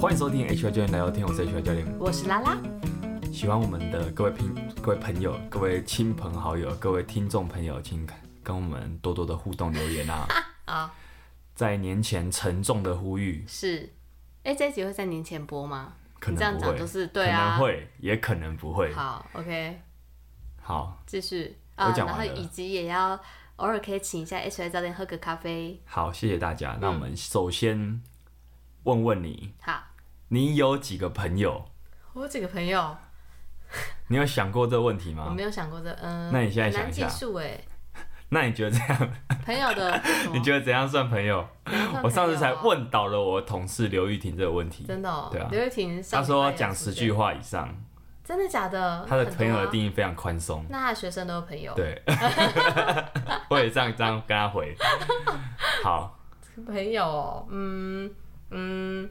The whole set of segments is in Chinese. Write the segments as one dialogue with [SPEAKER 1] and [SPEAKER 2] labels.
[SPEAKER 1] 欢迎收听 HR 教练来聊天，我是 HR 教练。
[SPEAKER 2] 我是拉拉，
[SPEAKER 1] 喜欢我们的各位朋、各位朋友、各位亲朋好友、各位听众朋友，请跟我们多多的互动留言啊！
[SPEAKER 2] 好，
[SPEAKER 1] 在年前沉重的呼吁，
[SPEAKER 2] 是，哎、这一集会在年前播吗？
[SPEAKER 1] 可
[SPEAKER 2] 你这样
[SPEAKER 1] 能不
[SPEAKER 2] 讲
[SPEAKER 1] 会，
[SPEAKER 2] 就是
[SPEAKER 1] 可
[SPEAKER 2] 对
[SPEAKER 1] 能
[SPEAKER 2] 啊。
[SPEAKER 1] 会，也可能不会。
[SPEAKER 2] 好，OK，
[SPEAKER 1] 好，
[SPEAKER 2] 继续
[SPEAKER 1] 我
[SPEAKER 2] 啊，
[SPEAKER 1] 讲
[SPEAKER 2] 然
[SPEAKER 1] 完
[SPEAKER 2] 后
[SPEAKER 1] 了
[SPEAKER 2] 以及也要偶尔可以请一下 HR 教练喝个咖啡。
[SPEAKER 1] 好，谢谢大
[SPEAKER 2] 嗯
[SPEAKER 1] 家。那我们首先问问你，
[SPEAKER 2] 好，
[SPEAKER 1] 你有几个朋友？
[SPEAKER 2] 我有几个朋友，
[SPEAKER 1] 啊你有想过这个问题
[SPEAKER 2] 我
[SPEAKER 1] 吗？
[SPEAKER 2] 没有想过这，嗯，
[SPEAKER 1] 那你现在
[SPEAKER 2] 很
[SPEAKER 1] 想
[SPEAKER 2] 难
[SPEAKER 1] 一
[SPEAKER 2] 计
[SPEAKER 1] 下
[SPEAKER 2] 数哎，
[SPEAKER 1] 那你觉得这样？
[SPEAKER 2] 朋友 的什么，
[SPEAKER 1] 你觉得怎样算朋友？
[SPEAKER 2] 怎样算
[SPEAKER 1] 我上次才
[SPEAKER 2] 朋友啊，
[SPEAKER 1] 问到了我同事刘玉婷这个问题，
[SPEAKER 2] 真的哦，
[SPEAKER 1] 对啊
[SPEAKER 2] 刘玉婷
[SPEAKER 1] 她
[SPEAKER 2] 上礼拜
[SPEAKER 1] 说
[SPEAKER 2] 有
[SPEAKER 1] 讲
[SPEAKER 2] 出
[SPEAKER 1] 十
[SPEAKER 2] 现
[SPEAKER 1] 句，话以上，
[SPEAKER 2] 真的假的？
[SPEAKER 1] 她的
[SPEAKER 2] 很
[SPEAKER 1] 朋友
[SPEAKER 2] 多
[SPEAKER 1] 的
[SPEAKER 2] 啊
[SPEAKER 1] 定义非常宽松。
[SPEAKER 2] 那他的学生都有朋友，
[SPEAKER 1] 对， 我也这样这样跟她 回。好，
[SPEAKER 2] 朋友哦，嗯嗯，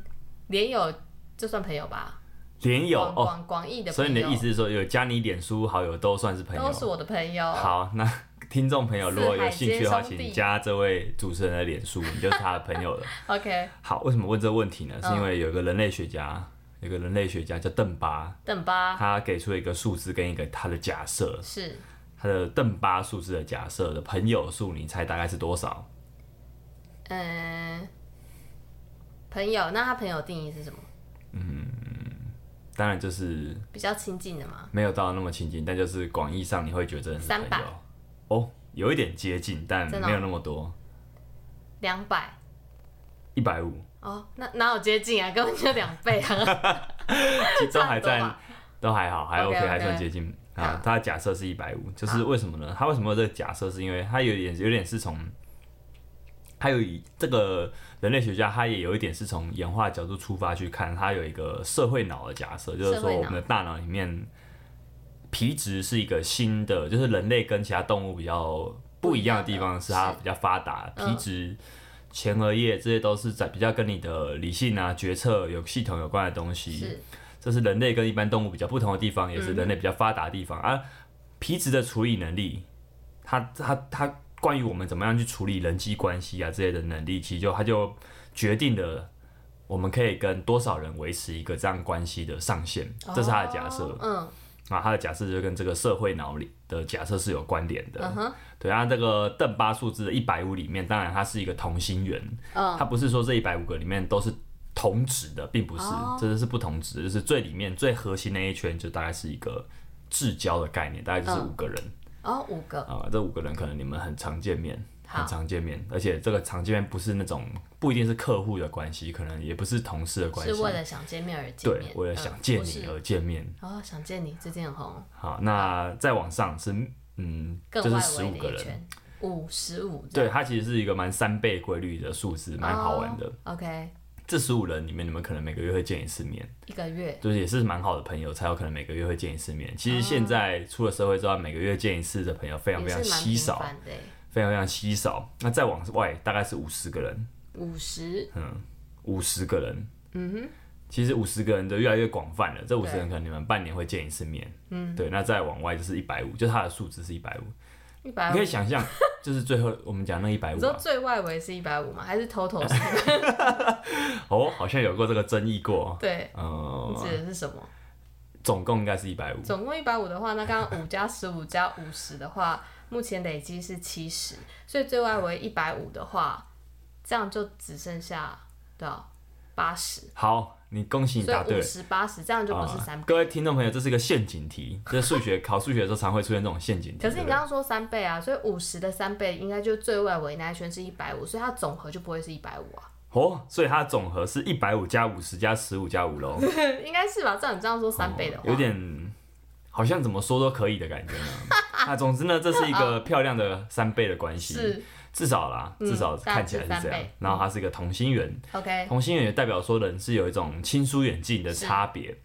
[SPEAKER 2] 连友就算朋友吧，
[SPEAKER 1] 连友
[SPEAKER 2] 广
[SPEAKER 1] 哦，
[SPEAKER 2] 广广义的朋
[SPEAKER 1] 所
[SPEAKER 2] 友，
[SPEAKER 1] 以你的意思是说，有加你脸书好友都算是朋
[SPEAKER 2] 都是
[SPEAKER 1] 友。
[SPEAKER 2] 我的朋友。
[SPEAKER 1] 好，那听众朋友如果有兴趣的话，
[SPEAKER 2] 四海皆兄弟
[SPEAKER 1] 请加这位主持人的脸书，你就是他的朋友 了。
[SPEAKER 2] ，OK，
[SPEAKER 1] 好，为什么问这个问题呢？是
[SPEAKER 2] 嗯
[SPEAKER 1] 因为有一个人类学家，有一个人类学家叫邓巴，
[SPEAKER 2] 邓巴
[SPEAKER 1] 他给出了一个数字跟一个他的假设，
[SPEAKER 2] 是
[SPEAKER 1] 他的邓巴数字的假设的朋友数，你猜大概是多少？
[SPEAKER 2] 嗯朋友，那他朋友定义是什么？
[SPEAKER 1] 当然就是
[SPEAKER 2] 比较亲近的嘛，
[SPEAKER 1] 没有到那么亲近，但就是广义上你会觉得真的是朋
[SPEAKER 2] 300
[SPEAKER 1] 友哦，有一点接近，但
[SPEAKER 2] 真的哦
[SPEAKER 1] 没有那么多，
[SPEAKER 2] 两百
[SPEAKER 1] 一百五，
[SPEAKER 2] 哦，那哪有接近啊？根本就两倍 啊！
[SPEAKER 1] 其实都还
[SPEAKER 2] 差
[SPEAKER 1] 在
[SPEAKER 2] 不多吧，
[SPEAKER 1] 都还好，还 OK，,
[SPEAKER 2] OK，OK
[SPEAKER 1] 还算接近啊
[SPEAKER 2] 好。
[SPEAKER 1] 他的假设是一百五，就是为什么呢？他为什么有这个假设？是因为他有点有点是从，他有以这个人类学家，他也有一点是从演化角度出发去看，他有一个社会脑的假设，就是
[SPEAKER 2] 社
[SPEAKER 1] 说
[SPEAKER 2] 会脑
[SPEAKER 1] 我们的大脑里面皮质是一个新的，就是人类跟其他动物比较不一样的地方是它
[SPEAKER 2] 是
[SPEAKER 1] 比较发达，
[SPEAKER 2] 嗯
[SPEAKER 1] 皮质。前额叶这些都是在比较跟你的理性啊、决策有系统有关的东西，
[SPEAKER 2] 是
[SPEAKER 1] 这是人类跟一般动物比较不同的地方，也是人类比较发达的地方、啊。皮质的处理能力，它它它关于我们怎么样去处理人际关系啊这些的能力，其实就它就决定了我们可以跟多少人维持一个这样关系的上限，这是它的假设、
[SPEAKER 2] 哦嗯
[SPEAKER 1] 啊。它的假设就跟这个社会脑里的假设是有关联的。
[SPEAKER 2] 嗯哼，
[SPEAKER 1] 对啊，这个邓巴数字的一百五里面，当然它是一个同心圆，
[SPEAKER 2] 嗯
[SPEAKER 1] 它不是说这一百五个里面都是同值的，并不是，
[SPEAKER 2] 哦
[SPEAKER 1] 这是不同值的，就是最里面最核心那一圈，就大概是一个至交的概念，大概就是
[SPEAKER 2] 嗯
[SPEAKER 1] 五个人
[SPEAKER 2] 哦五个
[SPEAKER 1] 啊、这五个人可能你们很常见面，
[SPEAKER 2] 好
[SPEAKER 1] 很常见面，而且这个常见面不是那种不一定是客户的关系，可能也不是同事的关
[SPEAKER 2] 是
[SPEAKER 1] 系，
[SPEAKER 2] 为了想见面而见
[SPEAKER 1] 对
[SPEAKER 2] 面，，
[SPEAKER 1] 为了
[SPEAKER 2] 嗯
[SPEAKER 1] 想见
[SPEAKER 2] 不
[SPEAKER 1] 你
[SPEAKER 2] 是
[SPEAKER 1] 而见面。
[SPEAKER 2] 哦想见你，最近很红，
[SPEAKER 1] 好，那再往上是嗯，
[SPEAKER 2] 更
[SPEAKER 1] 就是
[SPEAKER 2] 外
[SPEAKER 1] 十
[SPEAKER 2] 围
[SPEAKER 1] 五个
[SPEAKER 2] 的一
[SPEAKER 1] 人。
[SPEAKER 2] 圈，五十五
[SPEAKER 1] 对，它其实是一个蛮三倍规律的数字，蛮好玩的。
[SPEAKER 2] 哦 OK，
[SPEAKER 1] 这十五人里面，你们可能每个月会见一次面。
[SPEAKER 2] 一个月
[SPEAKER 1] 就是也是蛮好的朋友，才有可能每个月会见一次面。其实现在出了社会之后，每个月见一次的朋友非常
[SPEAKER 2] 哦也
[SPEAKER 1] 非常
[SPEAKER 2] 是蛮
[SPEAKER 1] 稀
[SPEAKER 2] 频
[SPEAKER 1] 少，
[SPEAKER 2] 繁的耶，欸
[SPEAKER 1] 非常非常稀少。那再往外大概是五十个人，
[SPEAKER 2] 五十
[SPEAKER 1] 嗯，五十个人，嗯哼。其实五十个人就越来越广泛了，这五十
[SPEAKER 2] 对
[SPEAKER 1] 人可能你们半年会见一次面，嗯，对。那再往外就是一百五，就是它的数值是一百五，
[SPEAKER 2] 一百
[SPEAKER 1] 你
[SPEAKER 2] 五
[SPEAKER 1] 可以想象，就是最后我们讲那一百
[SPEAKER 2] 你
[SPEAKER 1] 五
[SPEAKER 2] 说
[SPEAKER 1] 啊，
[SPEAKER 2] 最外围是一百五吗？还是 total 是？
[SPEAKER 1] 哦，好像有过这个争议过，
[SPEAKER 2] 对，你
[SPEAKER 1] 呃，
[SPEAKER 2] 指的是什么？
[SPEAKER 1] 总共应该是一百五，
[SPEAKER 2] 总共一百五的话，那刚刚五加十五加五十的话，目前累积是七十，所以最外围一百五的话，这样就只剩下对啊八十，
[SPEAKER 1] 好，你恭喜你
[SPEAKER 2] 所
[SPEAKER 1] 答
[SPEAKER 2] 以
[SPEAKER 1] 对
[SPEAKER 2] 五
[SPEAKER 1] 了。
[SPEAKER 2] 十八十这样就不是三
[SPEAKER 1] 啊。
[SPEAKER 2] 倍。
[SPEAKER 1] 各位听众朋友，这是一个陷阱题，这数学考数学的时候常会出现这种陷阱题。
[SPEAKER 2] 可是
[SPEAKER 1] 对
[SPEAKER 2] 你
[SPEAKER 1] 不对
[SPEAKER 2] 刚刚说三倍啊，所以五十的三倍应该就最外围那一圈是一百五，所以它总和就不会是一百五啊，
[SPEAKER 1] 哦，所以它的总和是一百五加五十加十五加五喽，
[SPEAKER 2] 应该是吧？照你这样说三倍的话，
[SPEAKER 1] 哦有点好像怎么说都可以的感觉 呢。那总之呢，这是一个漂亮的三倍的关系，
[SPEAKER 2] 是
[SPEAKER 1] 至少啦，
[SPEAKER 2] 嗯
[SPEAKER 1] 至少看起来
[SPEAKER 2] 大
[SPEAKER 1] 是
[SPEAKER 2] 致
[SPEAKER 1] 这样
[SPEAKER 2] 三倍。嗯
[SPEAKER 1] 然后它是一个同心圆，
[SPEAKER 2] OK，
[SPEAKER 1] 同心圆也代表说人是有一种亲疏远近的差别。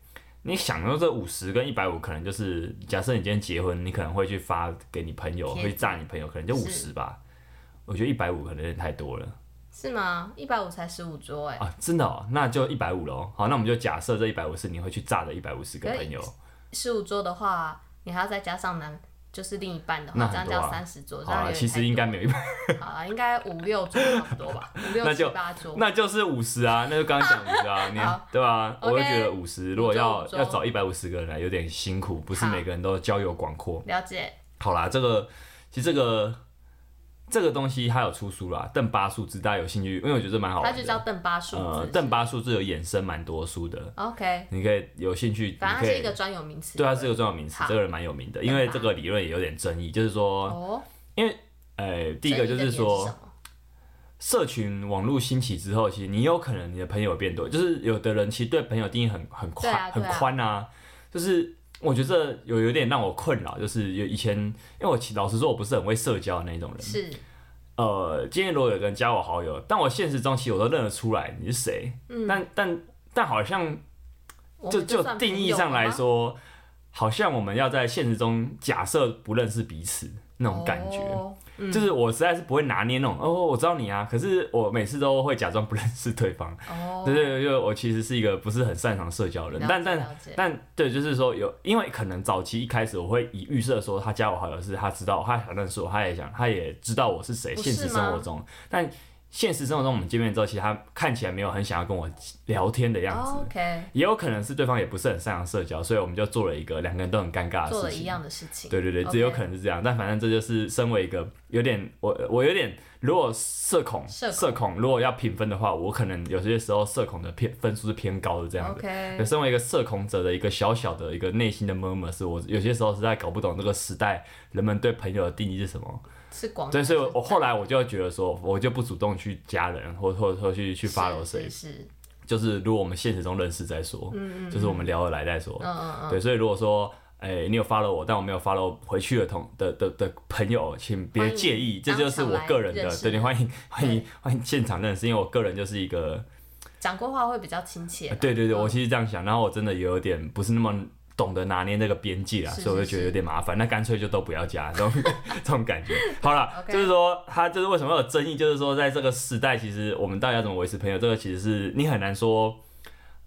[SPEAKER 1] 你想到这五十跟一百五，可能就是假设你今天结婚，你可能会去发给你朋友，会
[SPEAKER 2] 贴
[SPEAKER 1] 去
[SPEAKER 2] 纸
[SPEAKER 1] 炸你朋友，可能就五十吧。我觉得一百五可能有点太多了
[SPEAKER 2] 是吗？一百五才十五桌哎、
[SPEAKER 1] 啊，真的哦，那就一百五喽。好，那我们就假
[SPEAKER 2] 哎
[SPEAKER 1] 设这一百五是你会去炸的一百五十个
[SPEAKER 2] 可以
[SPEAKER 1] 朋友，
[SPEAKER 2] 十五桌的话，你还要再加上男就是另一半的
[SPEAKER 1] 那
[SPEAKER 2] 话，这
[SPEAKER 1] 很
[SPEAKER 2] 样
[SPEAKER 1] 多啊
[SPEAKER 2] 叫三十桌，这
[SPEAKER 1] 好
[SPEAKER 2] 样
[SPEAKER 1] 啊，
[SPEAKER 2] 有点
[SPEAKER 1] 其实
[SPEAKER 2] 太
[SPEAKER 1] 应该
[SPEAKER 2] 多
[SPEAKER 1] 没有一 百，
[SPEAKER 2] 好了，应该五六桌差不多吧，五 六
[SPEAKER 1] 那
[SPEAKER 2] 七
[SPEAKER 1] 就
[SPEAKER 2] 八桌。
[SPEAKER 1] 那就是五十啊，那就刚刚讲五十啊，你
[SPEAKER 2] 好
[SPEAKER 1] 对吧？我
[SPEAKER 2] OK，
[SPEAKER 1] 会觉得五十，如果要
[SPEAKER 2] 五周五周
[SPEAKER 1] 要找一百五十个人来，有点辛苦，不是
[SPEAKER 2] 好
[SPEAKER 1] 每个人都交友广阔。
[SPEAKER 2] 了解，
[SPEAKER 1] 好啦，这个其实这个这个东西它有出书啦，邓巴数字大家有兴趣，因为我觉得这蛮好
[SPEAKER 2] 他
[SPEAKER 1] 玩
[SPEAKER 2] 就
[SPEAKER 1] 的。
[SPEAKER 2] 叫邓巴数
[SPEAKER 1] 呃
[SPEAKER 2] 字。，
[SPEAKER 1] 邓巴数字有衍生蛮多书的，
[SPEAKER 2] OK，
[SPEAKER 1] 你可以有兴趣，
[SPEAKER 2] 反正
[SPEAKER 1] 你
[SPEAKER 2] 它
[SPEAKER 1] 可
[SPEAKER 2] 是一
[SPEAKER 1] 以
[SPEAKER 2] 个专有名词。
[SPEAKER 1] 对他啊是个重要名词
[SPEAKER 2] 好，
[SPEAKER 1] 这个人蛮有名的，
[SPEAKER 2] 邓
[SPEAKER 1] 因
[SPEAKER 2] 巴
[SPEAKER 1] 为这个理论也有点争议，就是说，
[SPEAKER 2] 哦，
[SPEAKER 1] 呃，第一个就是
[SPEAKER 2] 争议的点是
[SPEAKER 1] 说
[SPEAKER 2] 什，么，
[SPEAKER 1] 社群网络兴起之后，其实你有可能你的朋友变多，就是有的人其实对朋友定义很很宽、
[SPEAKER 2] 对啊
[SPEAKER 1] 很
[SPEAKER 2] 对啊
[SPEAKER 1] 宽啊，就是我觉得这有有点让我困扰，就是有以前，因为我其老实说我不是很会社交的那种人，
[SPEAKER 2] 是
[SPEAKER 1] 呃，今天如果有个人加我好友，但我现实中其实我都认得出来你是谁，
[SPEAKER 2] 嗯
[SPEAKER 1] 但但但好像
[SPEAKER 2] 我们
[SPEAKER 1] 就
[SPEAKER 2] 就
[SPEAKER 1] 就
[SPEAKER 2] 算
[SPEAKER 1] 定
[SPEAKER 2] 朋
[SPEAKER 1] 义
[SPEAKER 2] 友
[SPEAKER 1] 上
[SPEAKER 2] 了
[SPEAKER 1] 来
[SPEAKER 2] 吗，
[SPEAKER 1] 说，好像我们要在现实中假设不认识彼此那
[SPEAKER 2] 那
[SPEAKER 1] 种感觉。
[SPEAKER 2] 嗯
[SPEAKER 1] 就是我实在是不会拿捏那种哦，我知道你啊，可是我每次都会假装不认识对方。
[SPEAKER 2] 哦，
[SPEAKER 1] 对对对，因为我其实是一个不是很擅长社交的人
[SPEAKER 2] 了，
[SPEAKER 1] 但
[SPEAKER 2] 解
[SPEAKER 1] 但
[SPEAKER 2] 了解
[SPEAKER 1] 但对，就是说有，因为可能早期一开始我会以预设说他加我好友是他知道，他想认识我，他也想，他也知道我是谁。
[SPEAKER 2] 不是
[SPEAKER 1] 现实生活中，但现实生活中我们见面之后，其实他看起来没有很想要跟我聊天的样子。
[SPEAKER 2] 哦 OK，
[SPEAKER 1] 也有可能是对方也不是很擅长社交，所以我们就做了一个两个人都很尴尬的事情。
[SPEAKER 2] 做了一样的事情。
[SPEAKER 1] 对对对，
[SPEAKER 2] OK
[SPEAKER 1] 这有可能是这样，但反正这就是身为一个有点我我有点，如果社恐
[SPEAKER 2] 社恐
[SPEAKER 1] 如果要评分的话，我可能有些时候社恐的偏分数是偏高的这样子。可
[SPEAKER 2] OK，
[SPEAKER 1] 身为一个社恐者的一个小小的一个内心的 murmur，是我有些时候实在搞不懂这个时代人们对朋友的定义是什么。
[SPEAKER 2] 是广
[SPEAKER 1] 对，所以
[SPEAKER 2] 是
[SPEAKER 1] 我我后来我就觉得说，我就不主动去加人，或或者说去去
[SPEAKER 2] 是
[SPEAKER 1] follow 谁
[SPEAKER 2] 是，是，
[SPEAKER 1] 就是如果我们现实中认识再说，
[SPEAKER 2] 嗯嗯
[SPEAKER 1] 就是我们聊得来再说。
[SPEAKER 2] 嗯嗯嗯，
[SPEAKER 1] 对，所以如果说，哎、你有 follow 我，但我没有 follow 回去的同的的的朋友，请别
[SPEAKER 2] 欢迎
[SPEAKER 1] 介意，这
[SPEAKER 2] 当
[SPEAKER 1] 就是
[SPEAKER 2] 场
[SPEAKER 1] 我
[SPEAKER 2] 来
[SPEAKER 1] 个人的
[SPEAKER 2] 认，识
[SPEAKER 1] 对，你
[SPEAKER 2] 人
[SPEAKER 1] 欢迎欢迎
[SPEAKER 2] 对
[SPEAKER 1] 欢迎现场认识，因为我个人就是一个，
[SPEAKER 2] 讲过话会比较亲切
[SPEAKER 1] 啊
[SPEAKER 2] 啦。
[SPEAKER 1] 对对对，
[SPEAKER 2] 嗯
[SPEAKER 1] 我其实这样想，然后我真的也有点不是那么。懂得拿捏这个边界啊，
[SPEAKER 2] 是
[SPEAKER 1] 所以我就是觉得
[SPEAKER 2] 是
[SPEAKER 1] 有点麻烦，那干脆就都不要加这种 这种感觉。好了
[SPEAKER 2] OK
[SPEAKER 1] 就是说他就是为什么会有争议，就是说在这个时代，其实我们到底要怎么维持朋友，这个其实是你很难说，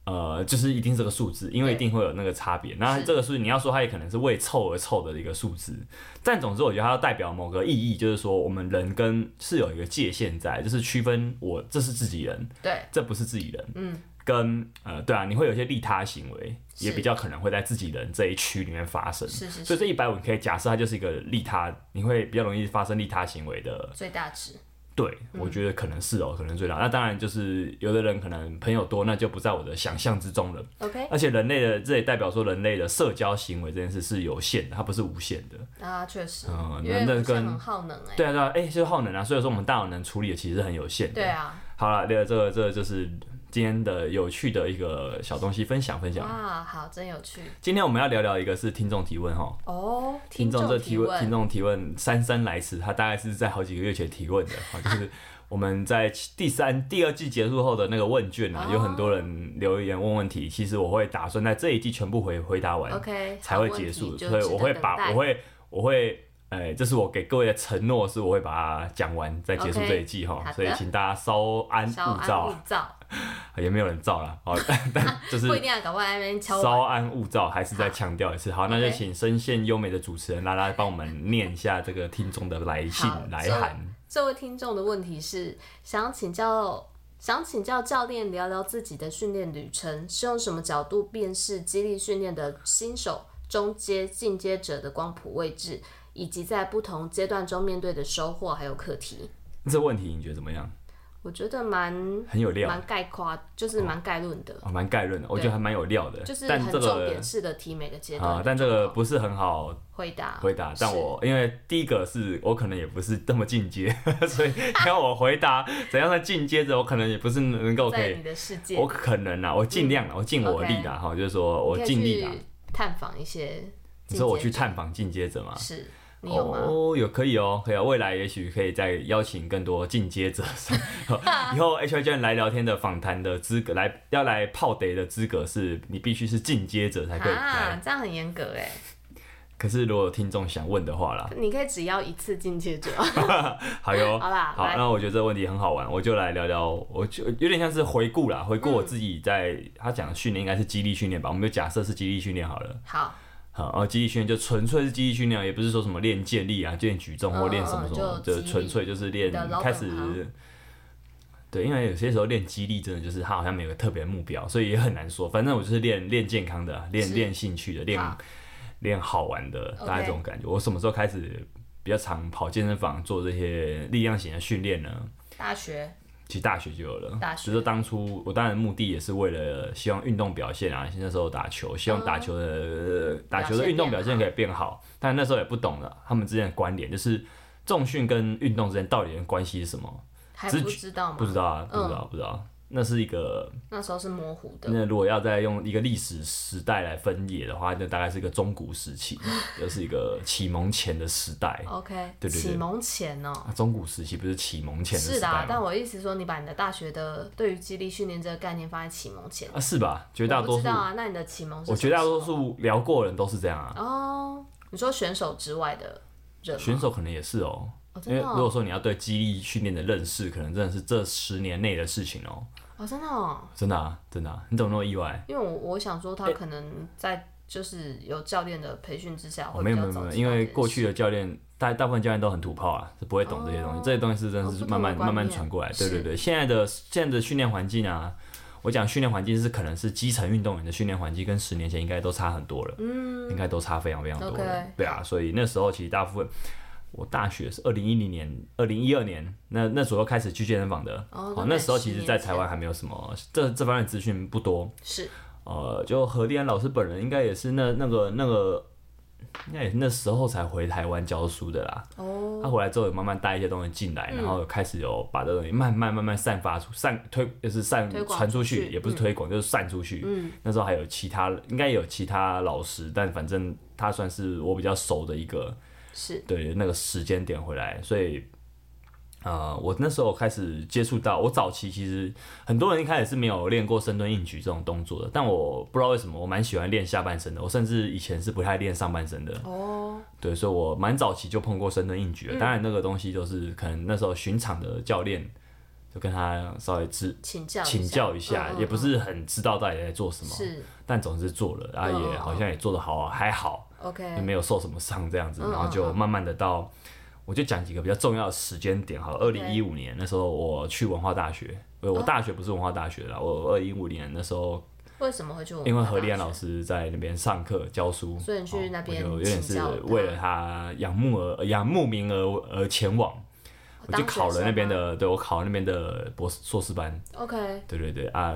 [SPEAKER 1] 呃，就是一定是个数字，因为
[SPEAKER 2] 对
[SPEAKER 1] 一定会有那个差别。那
[SPEAKER 2] 是
[SPEAKER 1] 这个数字你要说它也可能是为凑而凑的一个数字，但总之我觉得它要代表某个意义，就是说我们人跟是有一个界限在，就是区分我这是自己人，
[SPEAKER 2] 对，
[SPEAKER 1] 这不是自己人，
[SPEAKER 2] 嗯，
[SPEAKER 1] 跟呃，对啊，你会有一些利他行为，
[SPEAKER 2] 是
[SPEAKER 1] 也比较可能会在自己人这一区里面发生。
[SPEAKER 2] 是是
[SPEAKER 1] 所以
[SPEAKER 2] 是，
[SPEAKER 1] 这一百五可以假设它就是一个利他，你会比较容易发生利他行为的。
[SPEAKER 2] 最大值
[SPEAKER 1] 对，
[SPEAKER 2] 嗯
[SPEAKER 1] 我觉得可能是哦，可能最大。那当然就是有的人可能朋友多，那就不在我的想象之中了。
[SPEAKER 2] OK
[SPEAKER 1] 而且人类的这也代表说人类的社交行为这件事是有限的，它不是无限的。
[SPEAKER 2] 啊，确实
[SPEAKER 1] 嗯，
[SPEAKER 2] 因为
[SPEAKER 1] 那
[SPEAKER 2] 不是
[SPEAKER 1] 跟
[SPEAKER 2] 很耗能哎。
[SPEAKER 1] 对啊，对啊，哎、就是耗能啊。所以说我们大脑能处理的其实是很有限的。
[SPEAKER 2] 对啊，
[SPEAKER 1] 好了，这个这个这个就是今天的有趣的一个小东西分享分享。
[SPEAKER 2] 哇，好，真有趣
[SPEAKER 1] 今天我们要聊聊一个是听众提问哈，
[SPEAKER 2] 哦。
[SPEAKER 1] 众这
[SPEAKER 2] 提
[SPEAKER 1] 问，听众提问姗姗来迟，他大概是在好几个月前提问的，好 就是我们在第三第二季结束后的那个问卷啊，
[SPEAKER 2] 哦
[SPEAKER 1] 有很多人留言问问题，其实我会打算在这一季全部回回答完
[SPEAKER 2] OK
[SPEAKER 1] 才
[SPEAKER 2] 好
[SPEAKER 1] 会
[SPEAKER 2] 问
[SPEAKER 1] 结
[SPEAKER 2] 题
[SPEAKER 1] 束，
[SPEAKER 2] 就
[SPEAKER 1] 所以
[SPEAKER 2] 值
[SPEAKER 1] 我
[SPEAKER 2] 得
[SPEAKER 1] 会
[SPEAKER 2] 等
[SPEAKER 1] 把
[SPEAKER 2] 待
[SPEAKER 1] 我会我会。哎、这是我给各位的承诺，是我会把它讲完，再结束
[SPEAKER 2] OK，
[SPEAKER 1] 这一季哈
[SPEAKER 2] 好
[SPEAKER 1] 所以
[SPEAKER 2] 的
[SPEAKER 1] 请大家稍安勿
[SPEAKER 2] 稍安
[SPEAKER 1] 躁
[SPEAKER 2] 勿，躁，
[SPEAKER 1] 也没有人照啦，好，但但就
[SPEAKER 2] 不一
[SPEAKER 1] 是
[SPEAKER 2] 定要搞不好在那边敲碗。
[SPEAKER 1] 稍安勿躁，还是再强调一次。好，那就
[SPEAKER 2] OK
[SPEAKER 1] 请声线优美的主持人拉拉帮我们念一下这个听众的来信
[SPEAKER 2] 好
[SPEAKER 1] 来
[SPEAKER 2] 这
[SPEAKER 1] 函。
[SPEAKER 2] 这位听众的问题是：想请教想请教教练聊聊自己的训练旅程，是用什么角度辨识激励训练的新手、中阶、进阶者的光谱位置，以及在不同阶段中面对的收获还有课题？
[SPEAKER 1] 这问题你觉得怎么样？
[SPEAKER 2] 我觉得蛮
[SPEAKER 1] 很有料，
[SPEAKER 2] 蛮概括，就是蛮概论的，
[SPEAKER 1] 哦蛮、概论的，我觉得还蛮有料的。
[SPEAKER 2] 就是
[SPEAKER 1] 但
[SPEAKER 2] 很
[SPEAKER 1] 这
[SPEAKER 2] 重
[SPEAKER 1] 个
[SPEAKER 2] 点式的提每个阶
[SPEAKER 1] 啊
[SPEAKER 2] 段，
[SPEAKER 1] 但这个不是很好
[SPEAKER 2] 回答。
[SPEAKER 1] 回答。但
[SPEAKER 2] 是
[SPEAKER 1] 我因为第一个是我可能也不是这么进阶， 所以要我回答怎样的进阶者，我可能也不是能够可
[SPEAKER 2] 在
[SPEAKER 1] 以。
[SPEAKER 2] 你的世界，
[SPEAKER 1] 我可能啊啦，我尽量啦，我尽我力啦，哈、就是说我
[SPEAKER 2] 你可以
[SPEAKER 1] 尽力啦。
[SPEAKER 2] 去探访一些进阶者。
[SPEAKER 1] 你说我去探访进阶者吗？
[SPEAKER 2] 是，你有吗？
[SPEAKER 1] 哦，有可以哦，可以、哦，未来也许可以再邀请更多进阶者， 以后 H I G 来聊天的访谈的资格，来要来泡得的资格是你必须是进阶者才可以来。
[SPEAKER 2] 啊，这样很严格哎，
[SPEAKER 1] 可是如果有听众想问的话啦，
[SPEAKER 2] 你可以只要一次进 阶者。
[SPEAKER 1] 好哟，
[SPEAKER 2] 好啦
[SPEAKER 1] 好
[SPEAKER 2] 来，
[SPEAKER 1] 那我觉得这个问题很好玩，我就来聊聊，我就有点像是回顾
[SPEAKER 2] 嗯
[SPEAKER 1] 啦，回顾我自己在、他讲的训练应该是激励训练吧，我们就假设是激励训练好了。
[SPEAKER 2] 好，
[SPEAKER 1] 好，哦，肌力训练就纯粹是肌力训练，啊也不是说什么练健力啊、练举重或练什么什么
[SPEAKER 2] 嗯嗯，就
[SPEAKER 1] 就
[SPEAKER 2] 肌力
[SPEAKER 1] 纯粹就是练
[SPEAKER 2] 的老本
[SPEAKER 1] 开始
[SPEAKER 2] 行。
[SPEAKER 1] 对，因为有些时候练肌力真的就是他好像没有个特别目标，所以也很难说。反正我就是练练健康的啊，练
[SPEAKER 2] 是
[SPEAKER 1] 练兴趣的，练
[SPEAKER 2] 好
[SPEAKER 1] 练好玩的，
[SPEAKER 2] OK
[SPEAKER 1] 大概这种感觉。我什么时候开始比较常跑健身房做这些力量型的训练呢？
[SPEAKER 2] 大学
[SPEAKER 1] 其实大学就有了，
[SPEAKER 2] 大学
[SPEAKER 1] 只是当初我当然目的也是为了希望运动表现啊，那时候打球，希望打球的、呃
[SPEAKER 2] 嗯
[SPEAKER 1] 打球的运动表现可以变好，但那时候也不懂了他们之间的关联，就是重训跟运动之间到底的关系是什么？
[SPEAKER 2] 还
[SPEAKER 1] 只
[SPEAKER 2] 不知道吗？
[SPEAKER 1] 不知道啊，不
[SPEAKER 2] 嗯
[SPEAKER 1] 知道，不知道。那是一个，
[SPEAKER 2] 那时候是模糊的。
[SPEAKER 1] 那如果要再用一个历史时代来分野的话，那大概是一个中古时 期，就是一个启蒙前的时代。
[SPEAKER 2] OK，
[SPEAKER 1] 对对对
[SPEAKER 2] 启蒙前哦、
[SPEAKER 1] 啊中古时期不是启蒙前的时
[SPEAKER 2] 是
[SPEAKER 1] 代
[SPEAKER 2] 的啊
[SPEAKER 1] 吗？，
[SPEAKER 2] 但我意思说，你把你的大学的对于激励训练这个概念放在启蒙前，
[SPEAKER 1] 啊，是吧？绝大
[SPEAKER 2] 我不
[SPEAKER 1] 多
[SPEAKER 2] 知
[SPEAKER 1] 数
[SPEAKER 2] 道，啊。那你的启蒙是
[SPEAKER 1] 我绝大多
[SPEAKER 2] 什么
[SPEAKER 1] 数聊过的人都是这样啊。
[SPEAKER 2] 时候哦，你说选手之外的人吗
[SPEAKER 1] 选手可能也是哦，
[SPEAKER 2] 哦，
[SPEAKER 1] 因
[SPEAKER 2] 真
[SPEAKER 1] 为
[SPEAKER 2] 的
[SPEAKER 1] 如果
[SPEAKER 2] 哦，
[SPEAKER 1] 说你要对肌力训练的认识，可能真的是这十年内的事情哦，
[SPEAKER 2] 哦真的哦，
[SPEAKER 1] 真的啊，真的啊，你怎么那么意外？
[SPEAKER 2] 因为我我想说他可能在就是有教练的培训之下
[SPEAKER 1] 哦，
[SPEAKER 2] 会
[SPEAKER 1] 没有
[SPEAKER 2] 比
[SPEAKER 1] 没
[SPEAKER 2] 较
[SPEAKER 1] 有没
[SPEAKER 2] 早知道这件
[SPEAKER 1] 有，
[SPEAKER 2] 事，
[SPEAKER 1] 因为过去的教练大大部分教练都很土炮啊，是不会懂这些东西，
[SPEAKER 2] 哦
[SPEAKER 1] 这些东西是真的是
[SPEAKER 2] 哦不同的
[SPEAKER 1] 慢慢
[SPEAKER 2] 观念
[SPEAKER 1] 慢慢传过来。对
[SPEAKER 2] 是
[SPEAKER 1] 对对，现在的现在的训练环境啊，我讲训练环境是可能是基层运动员的训练环境跟十年前应该都差很多了，嗯，应该都差非常非常多了
[SPEAKER 2] OK，
[SPEAKER 1] 对啊，所以那时候其实大部分。我大学是二零一零年、二零一二年，那那左右开始去健身房的。好
[SPEAKER 2] 哦那
[SPEAKER 1] 那时候其
[SPEAKER 2] 10
[SPEAKER 1] 实，
[SPEAKER 2] 年
[SPEAKER 1] 在
[SPEAKER 2] 前
[SPEAKER 1] 台湾还没有什么这这方面的资讯不多。
[SPEAKER 2] 是
[SPEAKER 1] 呃，就何立安老师本人应该也是那那个那个，应该也是那时候才回台湾教书的啦。
[SPEAKER 2] 哦，嗯
[SPEAKER 1] 他回来之后有慢慢带一些东西进来，然后开始有把这东西慢慢慢慢散发出散推，就是散
[SPEAKER 2] 推广
[SPEAKER 1] 传出
[SPEAKER 2] 出
[SPEAKER 1] 去，
[SPEAKER 2] 去嗯
[SPEAKER 1] 也不是推广，就是散出去。那时候还有其他，应该有其他老师，但反正他算是我比较熟的一个，
[SPEAKER 2] 是
[SPEAKER 1] 对那个时间点回来，所以。呃，我那时候开始接触到，我早期其实很多人一开始是没有练过深蹲、硬举这种动作的，但我不知道为什么我蛮喜欢练下半身的，我甚至以前是不太练上半身的，
[SPEAKER 2] 哦，
[SPEAKER 1] 对，所以我蛮早期就碰过深蹲硬举了。当然，那个东西就是可能那时候巡场的教练就跟他稍微指
[SPEAKER 2] 请教
[SPEAKER 1] 请教一下，也不
[SPEAKER 2] 是
[SPEAKER 1] 是很知道到底在做什么，
[SPEAKER 2] 嗯是
[SPEAKER 1] 但总之做了，然后
[SPEAKER 2] 嗯嗯
[SPEAKER 1] 也
[SPEAKER 2] 嗯
[SPEAKER 1] 好像也做得好啊，还好，也
[SPEAKER 2] OK，
[SPEAKER 1] 没有受什么伤这样子
[SPEAKER 2] 嗯。嗯
[SPEAKER 1] 然后就慢慢的到，我就讲几个比较重要的时间点好了。二
[SPEAKER 2] OK
[SPEAKER 1] 零一五年那时候我去文化大学，呃
[SPEAKER 2] 哦
[SPEAKER 1] 我大学不是文化大学啦，我二零一五年那时候
[SPEAKER 2] 为什么会去我们
[SPEAKER 1] 因为
[SPEAKER 2] 的
[SPEAKER 1] 何
[SPEAKER 2] 大
[SPEAKER 1] 立安
[SPEAKER 2] 学
[SPEAKER 1] 老师在那边上课教书，
[SPEAKER 2] 所以你去那边
[SPEAKER 1] 哦我就有点
[SPEAKER 2] 请
[SPEAKER 1] 是
[SPEAKER 2] 教
[SPEAKER 1] 为了他仰慕而呃仰慕名而而前
[SPEAKER 2] 哦
[SPEAKER 1] 往，我就考
[SPEAKER 2] 啊
[SPEAKER 1] 了那边的，对我考了那边的博士硕士班，
[SPEAKER 2] 当学生吗 OK，
[SPEAKER 1] 对对对啊，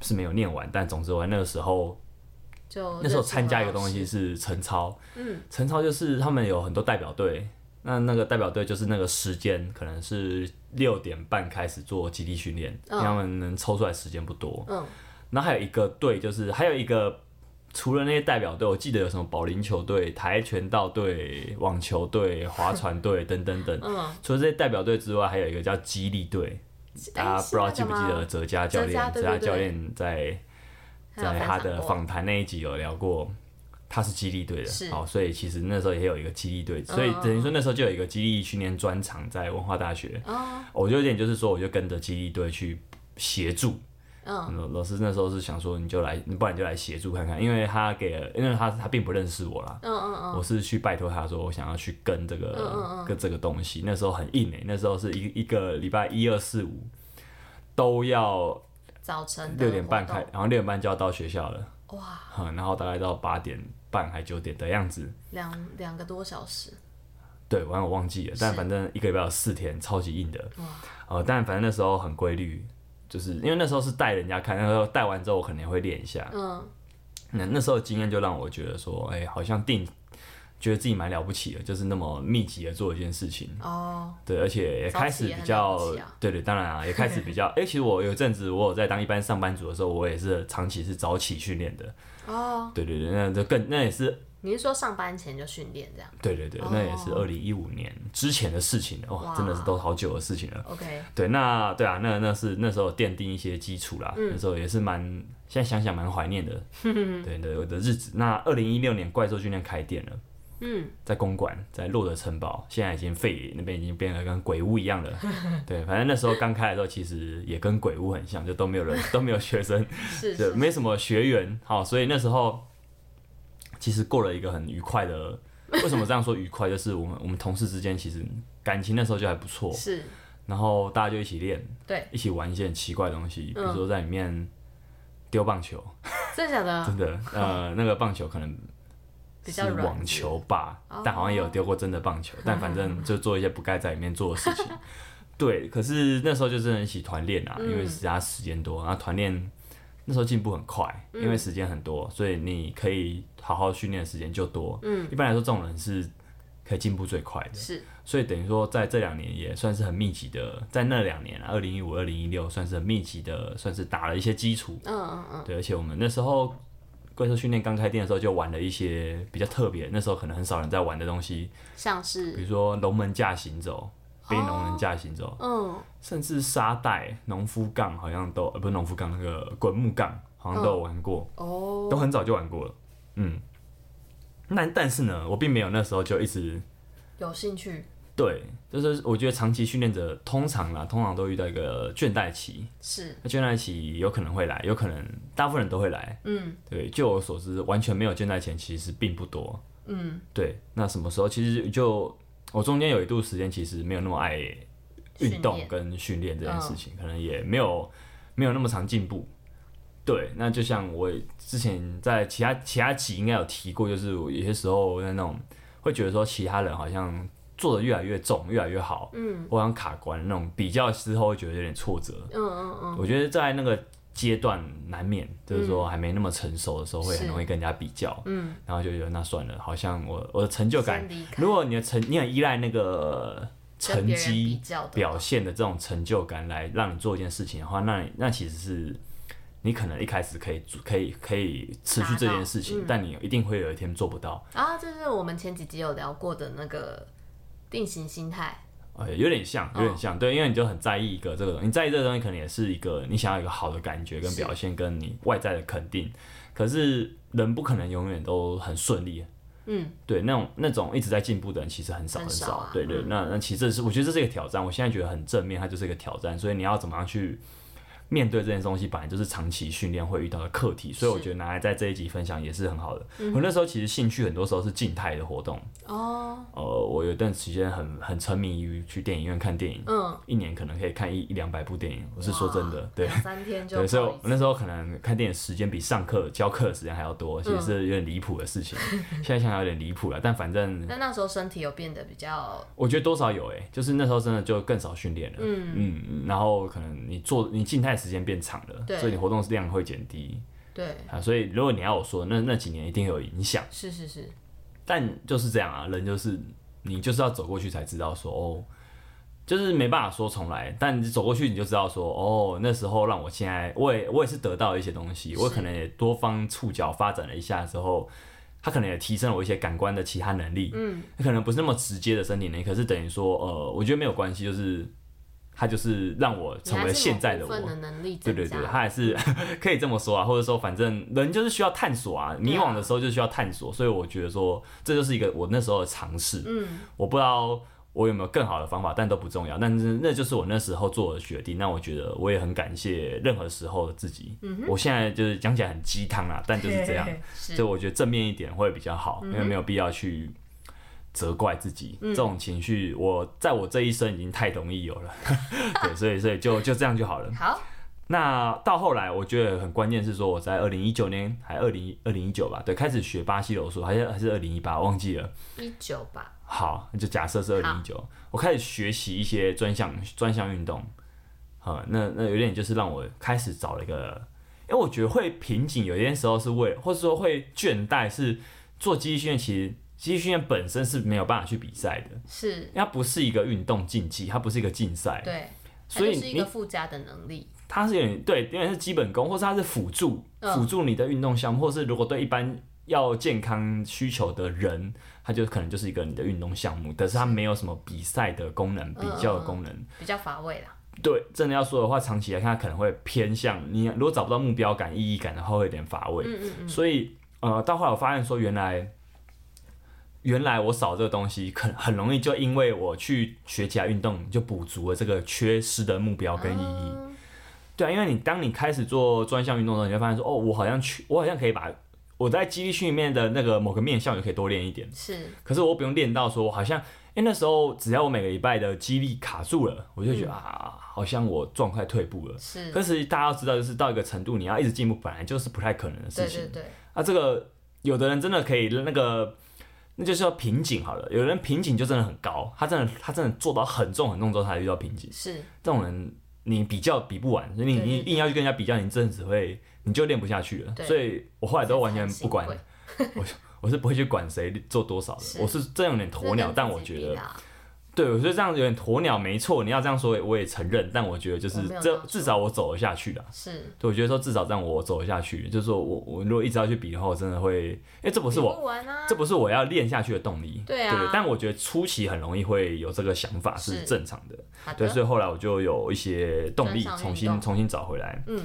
[SPEAKER 1] 是没有念完，但总之我那个时候
[SPEAKER 2] 就
[SPEAKER 1] 那时候
[SPEAKER 2] 认识
[SPEAKER 1] 参加
[SPEAKER 2] 何
[SPEAKER 1] 一个
[SPEAKER 2] 老
[SPEAKER 1] 东西
[SPEAKER 2] 师
[SPEAKER 1] 是晨操，
[SPEAKER 2] 嗯，
[SPEAKER 1] 晨操就是他们有很多代表队。那那个代表队就是那个时间，可能是六点半开始做基地训练，因为他们能抽出来时间不多。
[SPEAKER 2] 嗯
[SPEAKER 1] 然后还有一个队，就是还有一个除了那些代表队，我记得有什么保龄球队、跆拳道队、网球队、划船 队等等等。
[SPEAKER 2] 嗯，
[SPEAKER 1] 除了这些代表队之外，还有一个叫激励队，大家
[SPEAKER 2] 哎
[SPEAKER 1] 不知道
[SPEAKER 2] 是
[SPEAKER 1] 记
[SPEAKER 2] 那
[SPEAKER 1] 不
[SPEAKER 2] 个
[SPEAKER 1] 记
[SPEAKER 2] 吗
[SPEAKER 1] 得哲嘉教
[SPEAKER 2] 哲嘉
[SPEAKER 1] 练？哲
[SPEAKER 2] 对
[SPEAKER 1] 嘉
[SPEAKER 2] 对对
[SPEAKER 1] 教练在在他的
[SPEAKER 2] 访
[SPEAKER 1] 访谈那一集有聊过，他是激励队
[SPEAKER 2] 是
[SPEAKER 1] 的，好，所以其实那时候也有一个激励队，所以
[SPEAKER 2] 嗯
[SPEAKER 1] 等于说那时候就有一个激励训练专场在文化大学。
[SPEAKER 2] 哦，
[SPEAKER 1] 我就有点就是说，我就跟着激励队去协助，
[SPEAKER 2] 嗯
[SPEAKER 1] 老老师那时候是想说，你就来，你不然你就来协助看看，因为他给了，因为他他并不认识我啦，
[SPEAKER 2] 嗯嗯嗯，
[SPEAKER 1] 我是去拜托他说，我想要去跟这个、
[SPEAKER 2] 嗯嗯嗯
[SPEAKER 1] 跟这个东西。那时候很硬诶、欸那时候是一一个礼拜一二四五都要
[SPEAKER 2] 早晨的
[SPEAKER 1] 六点半
[SPEAKER 2] 活
[SPEAKER 1] 开，然后六点半就要到学校了，
[SPEAKER 2] 动，哇，
[SPEAKER 1] 哼然后大概到八点半还九点的样子。
[SPEAKER 2] 两两个多小时，
[SPEAKER 1] 对，完我忘记了，但
[SPEAKER 2] 是
[SPEAKER 1] 反正一个礼拜有四天，超级硬的。呃，但反正那时候很规律，就是因为那时候是带人家看，那时候带完之后我可能也会练一下。
[SPEAKER 2] 嗯，
[SPEAKER 1] 那那时候的经验就让我觉得说，哎、好像定觉得自己蛮了不起的，就是那么密集的做一件事情。
[SPEAKER 2] 哦，
[SPEAKER 1] 对，而且也开始比较
[SPEAKER 2] 早起也很了不起啊，
[SPEAKER 1] 对对，当然啊，也开始比 较。哎、其实我有一阵子，我有在当一般上班族的时候，我也是长期是早起训练的。
[SPEAKER 2] 哦，
[SPEAKER 1] 对对对，那就更那也是，
[SPEAKER 2] 你是说上班前就训练这样
[SPEAKER 1] 对对对，那也是二零一五年之前的事情了。哇，
[SPEAKER 2] 哦哇
[SPEAKER 1] 真的是都好久的事情了。
[SPEAKER 2] ？OK，
[SPEAKER 1] 对，那对啊，那那是那时候奠定一些基础啦，
[SPEAKER 2] 嗯
[SPEAKER 1] 那时候也是蛮，现在想想蛮怀念 的，对对，我的日子。那二零一六年怪兽训练开店了，
[SPEAKER 2] 嗯，
[SPEAKER 1] 在公馆，在洛德城堡，现在已经废，那边已经变得跟鬼屋一 样了。对，反正那时候刚开的时候，其实也跟鬼屋很像，就都没有人，都没有学生，
[SPEAKER 2] 是
[SPEAKER 1] 对，
[SPEAKER 2] 是，
[SPEAKER 1] 没什么学员，好，所以那时候其实过了一个很愉快的。为什么这样说愉快？就是我们我们同事之间其实感情那时候就还不错，
[SPEAKER 2] 是
[SPEAKER 1] 然后大家就一起练，
[SPEAKER 2] 对，
[SPEAKER 1] 一起玩一些很奇怪的东西，比
[SPEAKER 2] 嗯
[SPEAKER 1] 如说在里面丢棒球，
[SPEAKER 2] 真的假的？
[SPEAKER 1] 真的， 呃，那个棒球可能
[SPEAKER 2] 啊比
[SPEAKER 1] 是
[SPEAKER 2] 较软
[SPEAKER 1] 网球吧，但好像也有丢过真的棒
[SPEAKER 2] 哦
[SPEAKER 1] 球，但反正就做一些不该在里面做的事 情。对，可是那时候就真的一起团练
[SPEAKER 2] 嗯
[SPEAKER 1] 啊，因为其他时间多，然后团练那时候进步很快，
[SPEAKER 2] 嗯
[SPEAKER 1] 因为时间很多，所以你可以好好训练的时间就多。嗯，一般来说这种人是可以进步最快的。
[SPEAKER 2] 是
[SPEAKER 1] 所以等于说，在这两年也算是很密集的，在那两年啊，二零一五、二零一六，算是很密集的，算是打了一些基础。
[SPEAKER 2] 嗯嗯嗯，
[SPEAKER 1] 对，而且我们那时候怪兽训练刚开店的时候，就玩了一些比较特别，那时候可能很少人在玩的东西，
[SPEAKER 2] 像
[SPEAKER 1] 比
[SPEAKER 2] 是
[SPEAKER 1] 如说龙门架行走、背龙门架行走，
[SPEAKER 2] 嗯
[SPEAKER 1] 甚至沙袋、农夫杠，好像都呃不是农夫杠，那个滚木杠好像都有玩过，
[SPEAKER 2] 哦
[SPEAKER 1] 都很早就玩过了。嗯，那但是呢，我并没有那时候就一直
[SPEAKER 2] 有兴趣
[SPEAKER 1] 对，就是我觉得长期训练者通常啦，通常都遇到一个倦怠期。
[SPEAKER 2] 是
[SPEAKER 1] 那倦怠期有可能会来，有可能大部分人都会来。
[SPEAKER 2] 嗯
[SPEAKER 1] 对，据我所知，完全没有倦怠前其实并不多。
[SPEAKER 2] 嗯
[SPEAKER 1] 对，那什么时候其实就我中间有一度时间其实没有那么爱运
[SPEAKER 2] 训
[SPEAKER 1] 动
[SPEAKER 2] 练
[SPEAKER 1] 跟训练这件事
[SPEAKER 2] 嗯
[SPEAKER 1] 情，可能也没有没有那么常进步。对，那就像我之前在其他其他集应该有提过，就是我有些时候在那种会觉得说其他人好像做的越来越重，越来越好，
[SPEAKER 2] 嗯
[SPEAKER 1] 我好像卡关那种比较之后会觉得有点挫折。
[SPEAKER 2] 嗯嗯嗯，
[SPEAKER 1] 我觉得在那个阶段难免，就是说还没那么成熟的时候，会很容易跟人家比较，
[SPEAKER 2] 嗯，
[SPEAKER 1] 然后就觉得那算了，好像我我的成就感
[SPEAKER 2] 先离，开
[SPEAKER 1] 如果你的成你很依赖那个
[SPEAKER 2] 跟
[SPEAKER 1] 成
[SPEAKER 2] 别人比
[SPEAKER 1] 绩
[SPEAKER 2] 较的
[SPEAKER 1] 表现的这种成就感来让你做一件事情的话，那你那其实是。你可能一开始可以做可以可以持续这件事情，
[SPEAKER 2] 达到嗯
[SPEAKER 1] 但你一定会有一天做不到，
[SPEAKER 2] 啊，这是我们前几集有聊过的那个定型心态，
[SPEAKER 1] 呃，有点像，有点
[SPEAKER 2] 哦
[SPEAKER 1] 像，对，因为你就很在意一个这个东西，你在意这个东西，可能也是一个你想要有一个好的感觉跟
[SPEAKER 2] 是
[SPEAKER 1] 表现，跟你外在的肯定。可是人不可能永远都很顺利，啊
[SPEAKER 2] 嗯，
[SPEAKER 1] 对，那种那种一直在进步的人其实很少
[SPEAKER 2] 很
[SPEAKER 1] 少，
[SPEAKER 2] 少啊
[SPEAKER 1] 对对，那那其实这是我觉得这是一个挑战，我现在觉得很正面，它就是一个挑战，所以你要怎么样去面对这件东西，本来就是长期训练会遇到的课题，所以我
[SPEAKER 2] 是嗯
[SPEAKER 1] 觉得拿来在这一集分享也是很好的。我那时候其实兴趣很多时候是静态的活动，
[SPEAKER 2] 哦，
[SPEAKER 1] 呃，我有一段时间很很沉迷于去电影院看电影，
[SPEAKER 2] 嗯，
[SPEAKER 1] 一年可能可以看一一两百部电影，我是说真的
[SPEAKER 2] 哇，
[SPEAKER 1] 对。
[SPEAKER 2] 两三天就
[SPEAKER 1] 对，所以
[SPEAKER 2] 跑
[SPEAKER 1] 我
[SPEAKER 2] 一次
[SPEAKER 1] 那时候可能看电影时间比上课教课的时间还要
[SPEAKER 2] 嗯
[SPEAKER 1] 多，其实是有点离谱的事 情。现在想想有点离谱了，啊但反正
[SPEAKER 2] 但那时候身体有变得比较
[SPEAKER 1] 我觉得多少有诶、就是那时候真的就更少训练了，嗯嗯，然后可能你做你静态时间变长了，
[SPEAKER 2] 对
[SPEAKER 1] 所以你活动量会减低
[SPEAKER 2] 对，
[SPEAKER 1] 啊。所以如果你要我说，那那几年一定有影响，
[SPEAKER 2] 是是是，
[SPEAKER 1] 但就是这样啊，人就是你就是要走过去才知道说哦，就是没办法说重来，但你走过去你就知道说哦，那时候让我现在我也我也是得到一些东西，
[SPEAKER 2] 是
[SPEAKER 1] 我可能也多方触角发展了一下之后。他可能也提升了我一些感官的其他能力，
[SPEAKER 2] 嗯，
[SPEAKER 1] 可能不是那么直接的身体能力，可是等于说，呃，我觉得没有关系，就是他就是让我
[SPEAKER 2] 你
[SPEAKER 1] 成
[SPEAKER 2] 还
[SPEAKER 1] 为
[SPEAKER 2] 是
[SPEAKER 1] 现
[SPEAKER 2] 某
[SPEAKER 1] 在的
[SPEAKER 2] 部
[SPEAKER 1] 我，
[SPEAKER 2] 分的能力
[SPEAKER 1] 对
[SPEAKER 2] 增加，
[SPEAKER 1] 对对，他还是 可以这么说啊，或者说反正人就是需要探索啊，迷惘的时候就需要探索，所以我觉得说这就是一个我那时候的尝试。
[SPEAKER 2] 嗯，
[SPEAKER 1] 我不知道我有没有更好的方法，但都不重要，但是那就是我那时候做的决定。那我觉得我也很感谢任何时候的自己。嗯、我现在就是讲起来很鸡汤啊，但就是这样，
[SPEAKER 2] 是嗯
[SPEAKER 1] 所以我觉得正面一点会比较好，因为没有必要去。责怪自己、这种情绪，我在我这一生已经太容易有了， 对，所以所以就就这样就好了。
[SPEAKER 2] 好，
[SPEAKER 1] 那到后来，我觉得很关键是说，我在二零一九年还二零二零一九吧，对，开始学巴西柔术，还是还是二零一八，忘记了。
[SPEAKER 2] 一九吧，
[SPEAKER 1] 好，那就假设是二零一九，我开始学习一些专项专项运动，呃，那那有点就是让我开始找了一个，因为我觉得会瓶颈，有些时候是为，或者说会倦怠，是做肌力训练，其实肌力训练本身是没有办法去比赛的，
[SPEAKER 2] 是
[SPEAKER 1] 因为它不是一个运动竞技，它不是一个竞赛，
[SPEAKER 2] 对，它
[SPEAKER 1] 所以
[SPEAKER 2] 就是一
[SPEAKER 1] 你
[SPEAKER 2] 个附加的能力，
[SPEAKER 1] 它是有点对，有点是基本功，或是它是辅助
[SPEAKER 2] 嗯
[SPEAKER 1] 辅助你的运动项目，或是如果对一般要健康需求的人，它就可能就是一个你的运动项目，但是它没有什么比赛的功能、比较的功能。
[SPEAKER 2] 比较乏味啦。
[SPEAKER 1] 对，真的要说的话，长期来看，它可能会偏向你，如果找不到目标感、意义感的话，会有点乏味。
[SPEAKER 2] 嗯嗯
[SPEAKER 1] 所以呃，到后来我发现说，原来原来我少这个东西，很很容易就因为我去学其他运动，就补足了这个缺失的目标跟意义。哦对啊，因为你当你开始做专项运动的时候，你会发现说，哦，我好像去，我好像可以把我在肌力训练的那个某个面向也可以多练一点。
[SPEAKER 2] 是
[SPEAKER 1] 可是我不用练到说，我好像因为那时候只要我每个礼拜的肌力卡住了，我就
[SPEAKER 2] 嗯
[SPEAKER 1] 觉得、啊，好像我状态退步了。
[SPEAKER 2] 是，
[SPEAKER 1] 可是大家要知道，就是到一个程度，你要一直进步，本来就是不太可能的事
[SPEAKER 2] 对
[SPEAKER 1] 情。
[SPEAKER 2] 对对，
[SPEAKER 1] 啊，这个有的人真的可以那个，那就是要瓶颈好了。有人瓶颈就真的很高，他真的他真的做到很重很重之后才遇到瓶颈。
[SPEAKER 2] 是
[SPEAKER 1] 这种人你比较比不完，所以你
[SPEAKER 2] 对对
[SPEAKER 1] 你
[SPEAKER 2] 对
[SPEAKER 1] 硬要去跟人家比较，你真的只会你就练不下去了。
[SPEAKER 2] 对
[SPEAKER 1] 所以我后来都完全不管
[SPEAKER 2] 这才，
[SPEAKER 1] 我我是不会去管谁做多少的，
[SPEAKER 2] 是
[SPEAKER 1] 我是这样有点鸵鸟，但我觉
[SPEAKER 2] 啊
[SPEAKER 1] 得对，我觉得这样有点鸵鸟没错，你要这样说我也承认，但我觉得就是
[SPEAKER 2] 哦我没有
[SPEAKER 1] 这
[SPEAKER 2] 这样说
[SPEAKER 1] 至少我走得下去了。
[SPEAKER 2] 是
[SPEAKER 1] 对，我觉得说至少让我走得下去，就是说我我如果一直要去比的话，我真的会，因为这不
[SPEAKER 2] 不
[SPEAKER 1] 是我
[SPEAKER 2] 不玩啊，
[SPEAKER 1] 这不是我要练下去的动力。
[SPEAKER 2] 对啊
[SPEAKER 1] 但我觉得初期很容易会有这个想法是
[SPEAKER 2] 是
[SPEAKER 1] 正常的。
[SPEAKER 2] 好的
[SPEAKER 1] 对，所以后来我就有一些动力
[SPEAKER 2] 专项运
[SPEAKER 1] 重新
[SPEAKER 2] 动
[SPEAKER 1] 重新找回来。
[SPEAKER 2] 嗯，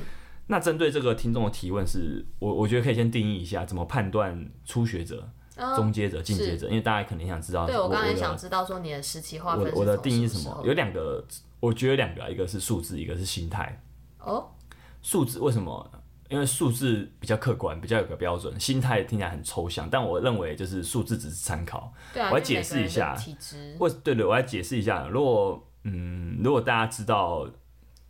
[SPEAKER 1] 那针对这个听众的提问是，我我觉得可以先定义一下怎么判断初学者、
[SPEAKER 2] 嗯
[SPEAKER 1] 中阶者、进阶
[SPEAKER 2] 是
[SPEAKER 1] 者，因为大家可能想知道
[SPEAKER 2] 对我刚才
[SPEAKER 1] 的
[SPEAKER 2] 想知道说你的时期划
[SPEAKER 1] 我
[SPEAKER 2] 分
[SPEAKER 1] 的
[SPEAKER 2] 是
[SPEAKER 1] 我的
[SPEAKER 2] 从
[SPEAKER 1] 定义是
[SPEAKER 2] 什
[SPEAKER 1] 什么？
[SPEAKER 2] 时
[SPEAKER 1] 有两个，我觉得有两个啊，一个是数字，一个是心态。
[SPEAKER 2] 候？哦，
[SPEAKER 1] 数字为什么？因为数字比较客观，比较有个标准，心态听起来很抽象，但我认为就是数字只是参考。
[SPEAKER 2] 对啊，
[SPEAKER 1] 我来
[SPEAKER 2] 因为
[SPEAKER 1] 解
[SPEAKER 2] 每
[SPEAKER 1] 释
[SPEAKER 2] 个人
[SPEAKER 1] 一
[SPEAKER 2] 的
[SPEAKER 1] 下
[SPEAKER 2] 体质
[SPEAKER 1] 或对对，我来解释一下。如果嗯，如果大家知道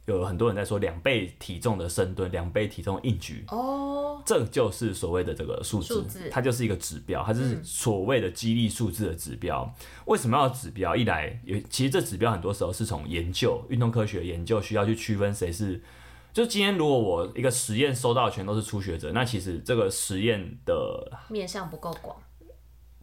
[SPEAKER 1] 有很多人在说两倍体重的深蹲、两倍体重硬举，
[SPEAKER 2] 哦，
[SPEAKER 1] 这就是所谓的这个数
[SPEAKER 2] 数
[SPEAKER 1] 字，嗯
[SPEAKER 2] 字
[SPEAKER 1] 它就是一个指标，它就是所谓的激励数字的指标。为什么要有指标？一来有，其实这指标很多时候是从研究、运动科学研究需要去区分谁是。就今天，如果我一个实验收到的全都是初学者，那其实这个实验的
[SPEAKER 2] 面向不够广，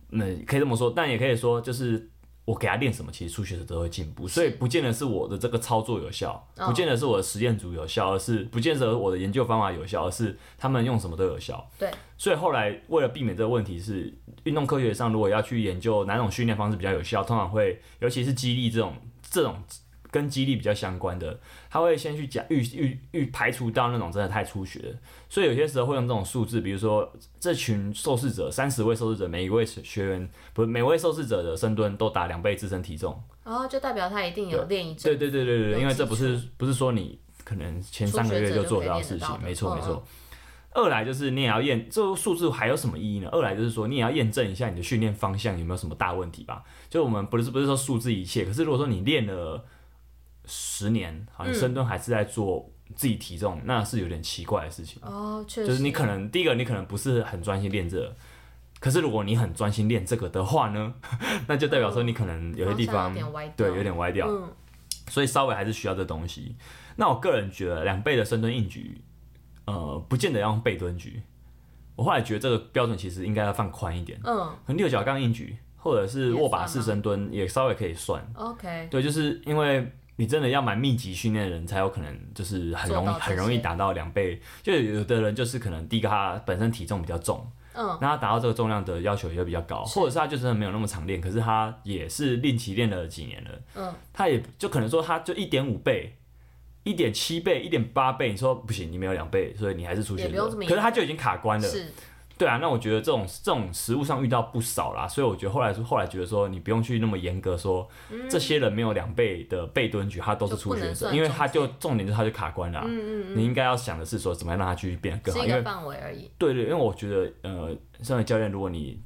[SPEAKER 1] 那、可以这么说，但也可以说就是我给他练什么，其实初学者都会进步，所以不见得是我的这个操作有效，
[SPEAKER 2] 嗯
[SPEAKER 1] 不见得是我的实验组有效，而是不见得我的研究方法有效，而是他们用什么都有效。
[SPEAKER 2] 对，
[SPEAKER 1] 所以后来为了避免这个问题是，运动科学上如果要去研究哪种训练方式比较有效，通常会尤其是激励这种这种跟激励比较相关的，他会先去讲预预预排除到那种真的太初学的，所以有些时候会用这种数字，比如说这群受试者三十位受试者，每一位学员不是每位受试者的深蹲都打两倍自身体重，
[SPEAKER 2] 然后哦就代表他一定有练一阵
[SPEAKER 1] 对对对对对，因为这不
[SPEAKER 2] 有
[SPEAKER 1] 是不是说你可能前三个月就做得到的事
[SPEAKER 2] 初学者就可以练得
[SPEAKER 1] 情
[SPEAKER 2] 到，
[SPEAKER 1] 没错
[SPEAKER 2] 的嗯
[SPEAKER 1] 没错。二来就是你也要验这个数字还有什么意义呢？二来就是说你也要验证一下你的训练方向有没有什么大问题吧。就我们不是不是说数字一切，可是如果说你练了十年，好像
[SPEAKER 2] 嗯
[SPEAKER 1] 深蹲还是在做自己体重，那是有点奇怪的事情。
[SPEAKER 2] 哦，确实
[SPEAKER 1] 就是你可能第一个你可能不是很专心练这个可是如果你很专心练这个的话呢， 那就代表说你可能有些地
[SPEAKER 2] 方向
[SPEAKER 1] 方
[SPEAKER 2] 有点歪掉
[SPEAKER 1] 对有点歪掉，
[SPEAKER 2] 嗯
[SPEAKER 1] 所以稍微还是需要这东西。那我个人觉得两倍的深蹲硬举，呃，不见得要用背蹲举。我后来觉得这个标准其实应该要放宽一点，
[SPEAKER 2] 嗯
[SPEAKER 1] 可能六角杠硬举或者是握把式
[SPEAKER 2] 也算
[SPEAKER 1] 深蹲也稍微可以算。
[SPEAKER 2] ，OK，
[SPEAKER 1] 对，就是因为你真的要蛮密集训练的人，才有可能就是很容易
[SPEAKER 2] 做到这些
[SPEAKER 1] 很容易达到两倍。就有的人就是可能第一个他本身体重比较重，
[SPEAKER 2] 嗯，
[SPEAKER 1] 那他达到这个重量的要求也比较高，
[SPEAKER 2] 是
[SPEAKER 1] 或者是他就真的没有那么常练，可是他也是练习练了几年了，
[SPEAKER 2] 嗯，
[SPEAKER 1] 他也就可能说他就一点五倍。一点七倍、一点八倍，你说不行，你没有两倍，所以你还是初学
[SPEAKER 2] 也不用
[SPEAKER 1] 者。
[SPEAKER 2] 这么
[SPEAKER 1] 可
[SPEAKER 2] 严
[SPEAKER 1] 是他就已经卡关了，
[SPEAKER 2] 是
[SPEAKER 1] 对啊。那我觉得这种这种实物上遇到不少啦，所以我觉得后来后来觉得说，你不用去那么严格说，这些人没有两倍的背蹲举，他都是初
[SPEAKER 2] 嗯就不
[SPEAKER 1] 学
[SPEAKER 2] 能
[SPEAKER 1] 者，
[SPEAKER 2] 算
[SPEAKER 1] 因为他就重点就是他就卡关了啊、
[SPEAKER 2] 嗯嗯
[SPEAKER 1] 你应该要想的是说，怎么样让他继续变得
[SPEAKER 2] 嗯，
[SPEAKER 1] 更
[SPEAKER 2] 是
[SPEAKER 1] 好，
[SPEAKER 2] 一
[SPEAKER 1] 因为
[SPEAKER 2] 个范围而已，
[SPEAKER 1] 对对，因为我觉得，呃，身为教练，如果你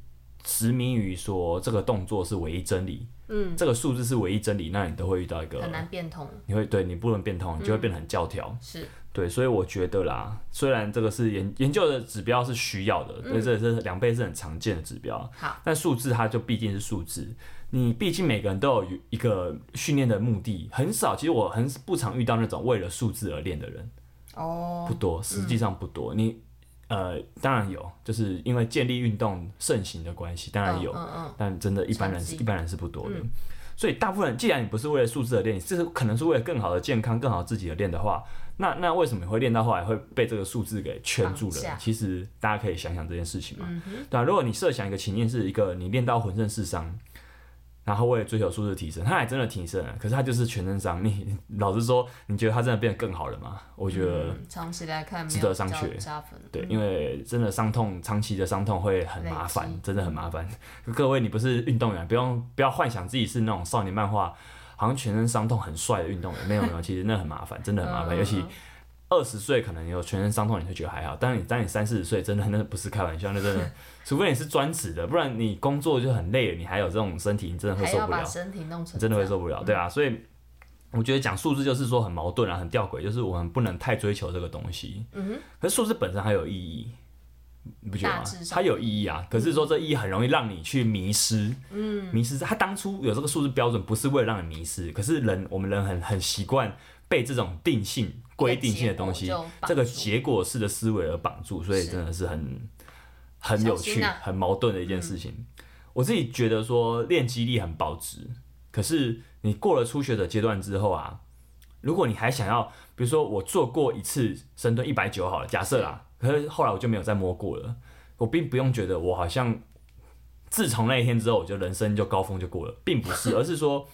[SPEAKER 1] 执迷于说这个动作是唯一真理，
[SPEAKER 2] 嗯，
[SPEAKER 1] 这个数字是唯一真理，那你都会遇到一个
[SPEAKER 2] 很，难嗯变通，
[SPEAKER 1] 你会对你不能变通，你就会变得很教条。
[SPEAKER 2] 是
[SPEAKER 1] 对，所以我觉得啦，虽然这个是研研究的指标是需要的，所以这是两倍是很常见的指标。
[SPEAKER 2] 嗯好，
[SPEAKER 1] 但数字它就毕竟是数字，你毕竟每个人都有一个训练的目的，很少，其实我很不常遇到那种为了数字而练的人。
[SPEAKER 2] 哦
[SPEAKER 1] 不，多，实际上不多。你呃，当然有，就是因为建立运动盛行的关系，当然
[SPEAKER 2] 嗯
[SPEAKER 1] 有，
[SPEAKER 2] 嗯嗯，
[SPEAKER 1] 但真的一般人
[SPEAKER 2] 成
[SPEAKER 1] 是
[SPEAKER 2] 绩
[SPEAKER 1] 一般人是不多的。所以大部分人，既然你不是为了素质而练，你这是可能是为了更好的健康、更好自己而练的话，那那为什么你会练到后来会被这个数字给圈住
[SPEAKER 2] 绑
[SPEAKER 1] 了
[SPEAKER 2] 架？
[SPEAKER 1] 其实大家可以想想这件事情嘛，
[SPEAKER 2] 嗯
[SPEAKER 1] 对啊，如果你设想一个情境，是一个你练到浑身是伤，然后为了追求素质提升，他还真的提升了，可是他就是全身伤。你老实说，你觉得他真的变得更好了吗？我觉得
[SPEAKER 2] 嗯长期来看没
[SPEAKER 1] 值
[SPEAKER 2] 有
[SPEAKER 1] 得商
[SPEAKER 2] 加
[SPEAKER 1] 榷
[SPEAKER 2] 加分，
[SPEAKER 1] 对，因为真的伤痛，长期的伤痛会很麻烦
[SPEAKER 2] 嗯累积，
[SPEAKER 1] 真的很麻烦。 各位，你不是运动员，不用不要幻想自己是那种少 年漫画，好像全身伤痛很帅的运动员，没有没有，其实那很麻烦，真的很麻烦。
[SPEAKER 2] 嗯
[SPEAKER 1] 尤其二十岁可能有全身伤痛，你会觉得还好。但是你当你三四十岁，真的那不是开玩笑，那真的， 除非你是专职的，不然你工作就很累了，你还有这种身体，你真的会
[SPEAKER 2] 还
[SPEAKER 1] 受
[SPEAKER 2] 要
[SPEAKER 1] 不了
[SPEAKER 2] 把。身体弄成
[SPEAKER 1] 真的会
[SPEAKER 2] 这样嗯
[SPEAKER 1] 受不了，对啊，所以我觉得讲数字就是说很矛盾啊，很吊诡，就是我们不能太追求这个东西。嗯哼。可是数字本身还有意义，你不觉得吗
[SPEAKER 2] 大致？上
[SPEAKER 1] 它有意义啊，可是说这意义很容易让你去迷失。嗯。迷失，它当初有这个数字标准，不是为了让你迷失，可是人我们人很很习惯被这种定性规定性的东西
[SPEAKER 2] 这
[SPEAKER 1] 这
[SPEAKER 2] 个结果就，绑
[SPEAKER 1] 个
[SPEAKER 2] 住
[SPEAKER 1] 结果式的思维而绑住，所以
[SPEAKER 2] 是
[SPEAKER 1] 真的是很很有
[SPEAKER 2] 小
[SPEAKER 1] 趣、
[SPEAKER 2] 心啊嗯
[SPEAKER 1] 很矛盾的一件事情。我自己觉得说练肌力很保值，可是你过了初学者阶段之后啊，如果你还想要，比如说我做过一次深蹲一百九好了，假设啦，可是后来我就没有再摸过了，我并不用觉得我好像自从那一天之后，我就人生就高峰就过了，并不 是，而是说，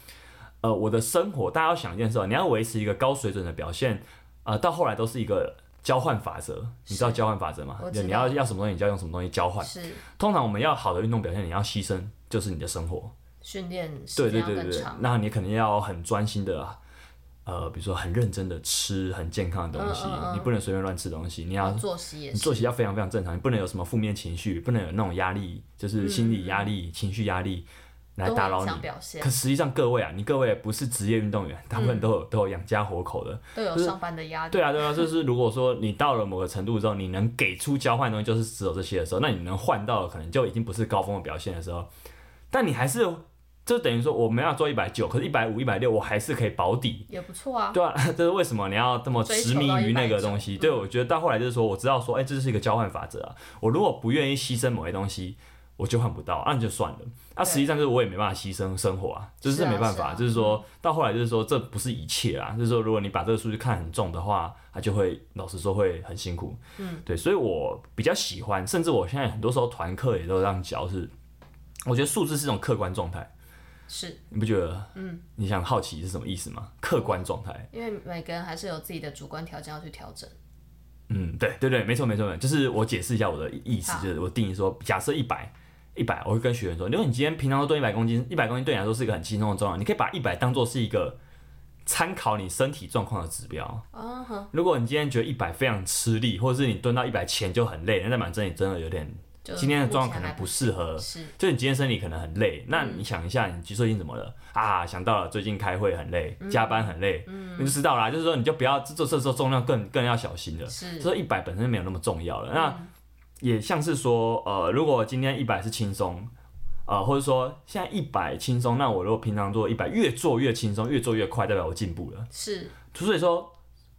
[SPEAKER 1] 呃，我的生活，大家要想一件事哦，你要维持一个高水准的表现，啊，到后来都是一个交换法则，你知道交换法则吗
[SPEAKER 2] 我？
[SPEAKER 1] 就
[SPEAKER 2] 知道
[SPEAKER 1] 你要要什么东西，你就要用什么东西交换。
[SPEAKER 2] 是
[SPEAKER 1] 通常我们要好的运动表现，你要牺牲就是你的生活，
[SPEAKER 2] 训练时
[SPEAKER 1] 对对
[SPEAKER 2] 间要
[SPEAKER 1] 对
[SPEAKER 2] 更
[SPEAKER 1] 对对
[SPEAKER 2] 长，
[SPEAKER 1] 那你肯定要很专心的，呃，比如说很认真的吃很健康的东西，
[SPEAKER 2] 嗯嗯嗯
[SPEAKER 1] 你不能随便乱吃东西，你要
[SPEAKER 2] 作息也
[SPEAKER 1] 你
[SPEAKER 2] 是
[SPEAKER 1] 作息要非常非常正常，你不能有什么负面情绪，不能有那种压力，就是心理压力、情绪压力来
[SPEAKER 2] 嗯都
[SPEAKER 1] 打
[SPEAKER 2] 会
[SPEAKER 1] 扰
[SPEAKER 2] 影响
[SPEAKER 1] 你。
[SPEAKER 2] 表现
[SPEAKER 1] 可，实际上，各位啊，你各位不是职业运动员，大部
[SPEAKER 2] 嗯
[SPEAKER 1] 分都有、都有养家活口的。
[SPEAKER 2] 都有
[SPEAKER 1] 就是
[SPEAKER 2] 上班的压力。
[SPEAKER 1] 对啊，对啊，就是如果说你到了某个程度之后，你能给出交换的东西就是只有这些的时候，那你能换到的可能就已经不是高峰的表现的时候，但你还是就等于说我们要做一百九，可是一百五、一百六我还是可以保底，
[SPEAKER 2] 也不错啊，
[SPEAKER 1] 对啊，这是为什么你要这么执迷于那个东西？
[SPEAKER 2] 嗯
[SPEAKER 1] 对，我觉得到后来就是说，我知道说，哎、这是一个交换法则啊。我如果不愿意牺牲某些东西，我就换不到，啊那、就算了。那、实际上就是我也没办法牺牲生活啊，就是
[SPEAKER 2] 是啊
[SPEAKER 1] 没办法，
[SPEAKER 2] 是啊
[SPEAKER 1] 就是说到后来就是说，这不是一切啊，就是说如果你把这个数据看很重的话，它就会老实说会很辛苦。嗯，对，所以我比较喜欢，甚至我现在很多时候团课也都这样教，是我觉得数字是一种客观状态，
[SPEAKER 2] 是
[SPEAKER 1] 你不觉得？嗯，你想好奇是什么意思吗？客观状态。
[SPEAKER 2] 因为每个人还是有自己的主观条件要去调整。
[SPEAKER 1] 嗯，对对对，没错没错没错，就是我解释一下我的意思
[SPEAKER 2] 好，
[SPEAKER 1] 就是我定义说，假设一百一百，我会跟学员说，如果你今天平常都蹲一百公斤，一百公斤对你来说是一个很轻松的重量，你可以把一百当做是一个参考你身体状况的指标。
[SPEAKER 2] 啊哈，
[SPEAKER 1] 如果你今天觉得一百非常吃力，或者是你蹲到一百前就很累，那代表真的真的有点
[SPEAKER 2] 就
[SPEAKER 1] 今天的状况可
[SPEAKER 2] 目前
[SPEAKER 1] 能
[SPEAKER 2] 还嗯
[SPEAKER 1] 不适合
[SPEAKER 2] 是
[SPEAKER 1] 就你今天身体可能很累，那你想一下，你最近怎么了啊？想到了，最近开会很累，
[SPEAKER 2] 嗯
[SPEAKER 1] 加班很累，你就知道啦。就是说，你就不要这这这时候重量更更要小心了。
[SPEAKER 2] 是
[SPEAKER 1] 所以一百本身就没有那么重要了。那也像是说，呃，如果今天一百是轻松，呃，或者说现在一百轻松，那我如果平常做一百，越做越轻松，越做越快，代表我进步了。
[SPEAKER 2] 是
[SPEAKER 1] 所以说，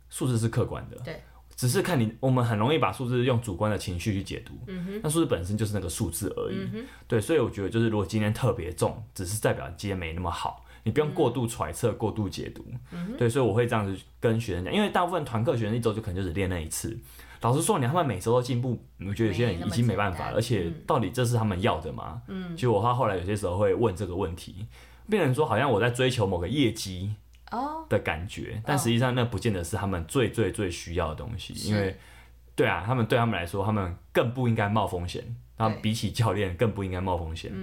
[SPEAKER 1] 数字是客观的，
[SPEAKER 2] 对，
[SPEAKER 1] 只是看你，我们很容易把数字用主观的情绪去解读，
[SPEAKER 2] 嗯
[SPEAKER 1] 哼，那数字本身就是那个数字而已，对，所以我觉得就是如果今天特别重，只是代表你今天没那么好，你
[SPEAKER 2] 嗯
[SPEAKER 1] 不用过度揣测、过度解读，对，所以我会这样子跟学生讲，因为大部分团课学生一周就可能就只练那一次。老实说，你让他们每周都进步，我觉得有些
[SPEAKER 2] 没那
[SPEAKER 1] 人
[SPEAKER 2] 么
[SPEAKER 1] 已经没办法
[SPEAKER 2] 简单
[SPEAKER 1] 了，而且到底这是他们要的吗？嗯，就我他后来有些时候会问这个问题，变成说好像我在追求某个业绩，
[SPEAKER 2] 哦，
[SPEAKER 1] 的感觉，但实际上那不见得是他们最最最需要的东西，
[SPEAKER 2] 是
[SPEAKER 1] 因为对啊，他们对他们来说，他们更不应该冒风险，他们
[SPEAKER 2] 对嗯
[SPEAKER 1] 比起教练更不应该冒风险。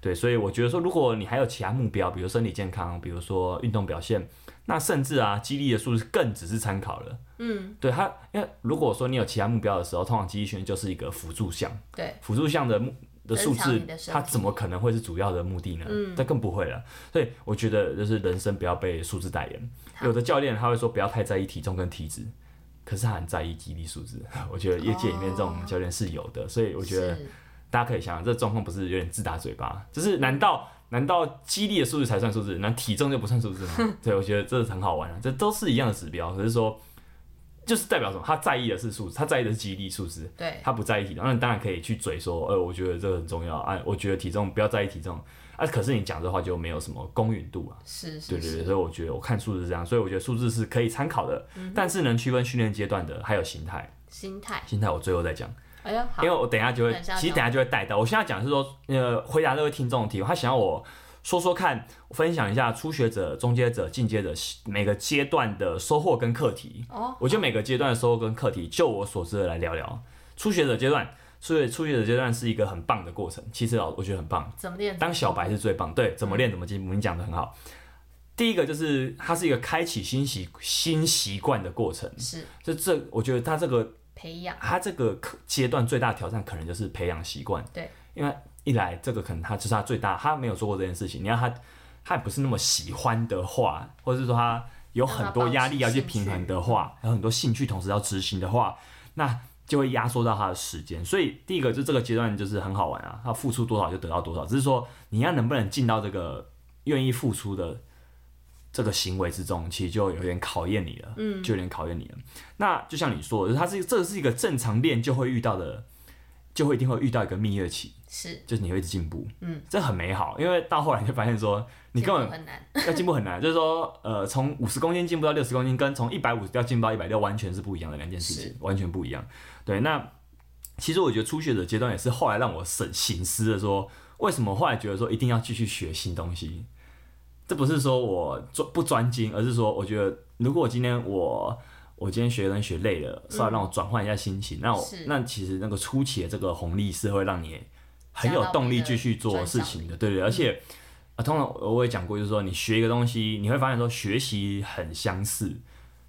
[SPEAKER 1] 对，所以我觉得说，如果你还有其他目标，比如身体健康，比如说运动表现，那甚至啊，激励的数字更只是参考了。嗯，对他，因为如果说你有其他目标的时候，通常激励训就是一个辅助项。
[SPEAKER 2] 对，
[SPEAKER 1] 辅助项的目的数
[SPEAKER 2] 增强
[SPEAKER 1] 字
[SPEAKER 2] 你的，嗯身体
[SPEAKER 1] 它怎么可能会是主要的目的呢？这更不会了。所以我觉得就是人生不要被数字代言。有的教练他会说不要太在意体重跟体脂，可是他很在意肌力数字。 我觉得业界里面这种教练是有的，所以我觉得
[SPEAKER 2] 哦是
[SPEAKER 1] 大家可以想想，这状况不是有点自打嘴巴？就是难道难道肌力的数字才算数字，那体重就不算数字 吗？对，我觉得这很好玩啊，这都是一样的指标，可是说。就是代表什么？他在意的是数字，他在意的是肌力数字，
[SPEAKER 2] 对，
[SPEAKER 1] 他不在意体重，那你当然可以去嘴说，呃，我觉得这个很重要，啊，我觉得体重不要在意体重，啊，可是你讲这话就没有什么公允度啊。
[SPEAKER 2] 是是
[SPEAKER 1] 对对
[SPEAKER 2] 是，
[SPEAKER 1] 对，所以我觉得我看数字是这样，所以我觉得数字是可以参考的，
[SPEAKER 2] 嗯
[SPEAKER 1] 但是能区分训练阶段的，还有形态，
[SPEAKER 2] 心态，
[SPEAKER 1] 形态我最后再讲，
[SPEAKER 2] 哎呀，好
[SPEAKER 1] 因为，我等一下就会，
[SPEAKER 2] 等一下
[SPEAKER 1] 其实等一下就会带到。我现在讲的是说，呃，回答这位听众的提问，他想要我说说看，分享一下初学者、中阶者、进阶者每个阶段的收获跟课题。
[SPEAKER 2] 哦，
[SPEAKER 1] 我觉得每个阶段的收获跟课题，就我所知的来聊聊。初学者阶段，所以初学者阶段是一个很棒的过程，其实老我觉得很棒。
[SPEAKER 2] 怎么练？
[SPEAKER 1] 当小白是最棒，对，怎么练怎么进步，你讲的很好。第一个就是它是一个开启新习新习惯的过程，
[SPEAKER 2] 是
[SPEAKER 1] 就这我觉得它这个
[SPEAKER 2] 培养，
[SPEAKER 1] 它这个课阶段最大的挑战可能就是培养习惯，
[SPEAKER 2] 对，
[SPEAKER 1] 因为一来这个可能他就是他最大，他没有做过这件事情，你让他他也不是那么喜欢的话，或者是说他有很多压力要去平衡的话，还有很多兴趣同时要执行的话，那就会压缩到他的时间。所以第一个就这个阶段就是很好玩啊，他付出多少就得到多少，只是说你要能不能进到这个愿意付出的这个行为之中，其实就有点考验你了，嗯，就有点考验你了。那就像你说的，就是它是这是一个正常练就会遇到的，就会一定会遇到一个蜜月期。
[SPEAKER 2] 是
[SPEAKER 1] 就是你会一直进步，
[SPEAKER 2] 嗯，
[SPEAKER 1] 这很美好，因为到后来你就发现说，你根
[SPEAKER 2] 进
[SPEAKER 1] 本
[SPEAKER 2] 步很难，
[SPEAKER 1] 要进步很难，就是说，呃，从五十公斤进步到六十公斤，跟从一百五要进步到一百六，完全是不一样的两件事情，完全不一样。对，那其实我觉得初学者阶段也是后来让我省醒思的说，为什么后来觉得说一定要继续学新东西？这不是说我专不专精，而是说我觉得如果我今天我我今天学东西学累了，稍微让我转换一下心情，那我
[SPEAKER 2] 嗯是
[SPEAKER 1] 那其实那个初期的这个红利是会让你很
[SPEAKER 2] 加
[SPEAKER 1] 有
[SPEAKER 2] 到
[SPEAKER 1] 动
[SPEAKER 2] 你
[SPEAKER 1] 力
[SPEAKER 2] 的
[SPEAKER 1] 继续做
[SPEAKER 2] 专
[SPEAKER 1] 事
[SPEAKER 2] 项嗯
[SPEAKER 1] 情的，对对，对而且。啊，通常我也讲过，就是说你学一个东西，你会发现说学习很相似，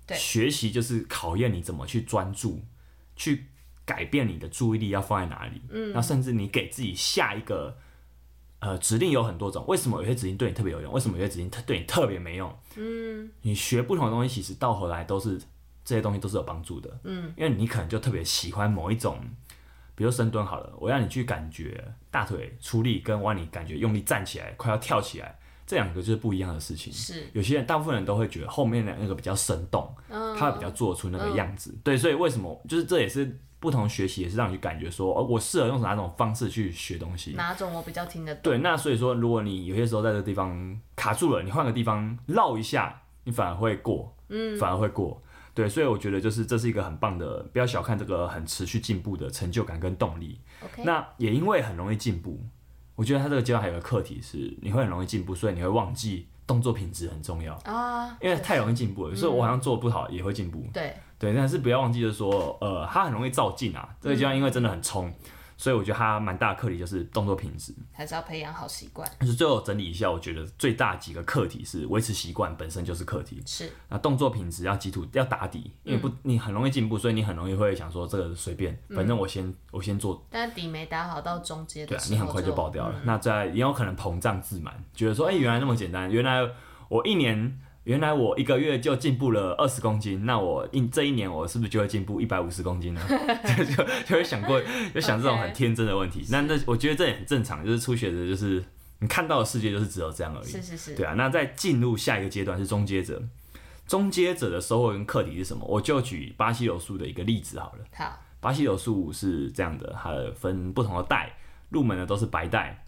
[SPEAKER 2] 对
[SPEAKER 1] 学习就是考验你怎么去专注，去改变你的注意力要放在哪里，嗯，那甚至你给自己下一个呃指令有很多种，为什么有些指令对你特别有用，为什么有些指令特对你特别没用？嗯，你学不同的东西，其实到后来都是这些东西都是有帮助的，嗯，因为你可能就特别喜欢某一种。比如深蹲好了，我让你去感觉大腿出力，跟我让你感觉用力站起来，快要跳起来，这两个就是不一样的事情。
[SPEAKER 2] 是
[SPEAKER 1] 有些人，大部分人都会觉得后面的那个比较生动，他会比较做出那个样子。对，所以为什么就是这也是不同学习，也是让你去感觉说，哦，我适合用哪种方式去学东西。
[SPEAKER 2] 哪种我比较听得懂？
[SPEAKER 1] 对，那所以说，如果你有些时候在这个地方卡住了，你换个地方绕一下，你反而会过，嗯，反而会过。对，所以我觉得就是这是一个很棒的，不要小看这个很持续进步的成就感跟动力。
[SPEAKER 2] OK
[SPEAKER 1] 那也因为很容易进步，我觉得他这个阶段还有个课题是，你会很容易进步，所以你会忘记动作品质很重要，
[SPEAKER 2] 啊，
[SPEAKER 1] 因为太容易进步了。所以我好像做得不好也会进步，
[SPEAKER 2] 对，
[SPEAKER 1] 对，但是不要忘记，就是说，呃，他很容易照进啊。这个阶段因为真的很冲，所以我觉得他蛮大的课题就是动作品质。
[SPEAKER 2] 还是要培养好习惯，
[SPEAKER 1] 就是最后整理一下，我觉得最大几个课题是维持习惯本身就是课题，
[SPEAKER 2] 是
[SPEAKER 1] 那动作品质要基础要打底，因为不
[SPEAKER 2] 嗯
[SPEAKER 1] 你很容易进步，所以你很容易会想说这个随便，反
[SPEAKER 2] 嗯
[SPEAKER 1] 正我先我先做，
[SPEAKER 2] 但底没打好到中阶
[SPEAKER 1] 对
[SPEAKER 2] 的
[SPEAKER 1] 啊，
[SPEAKER 2] 时候，
[SPEAKER 1] 你很快就爆掉
[SPEAKER 2] 嗯
[SPEAKER 1] 了。那在也有可能膨胀自满，觉得说哎、原来那么简单，原来我一年。原来我一个月就进步了二十公斤，那我一这一年我是不是就会进步一百五十公斤呢？ 就就就会想过，就想这种很
[SPEAKER 2] OK
[SPEAKER 1] 天真的问题。那那我觉得这也很正常，就是初学者就是你看到的世界就是只有这样而已。
[SPEAKER 2] 是是是，
[SPEAKER 1] 对啊，那在进入下一个阶段是终结者，终结者的收获跟课题是什么？我就举巴西柔术的一个例子好了。
[SPEAKER 2] 好，
[SPEAKER 1] 巴西柔术是这样的，它分不同的带，入门的都是白带，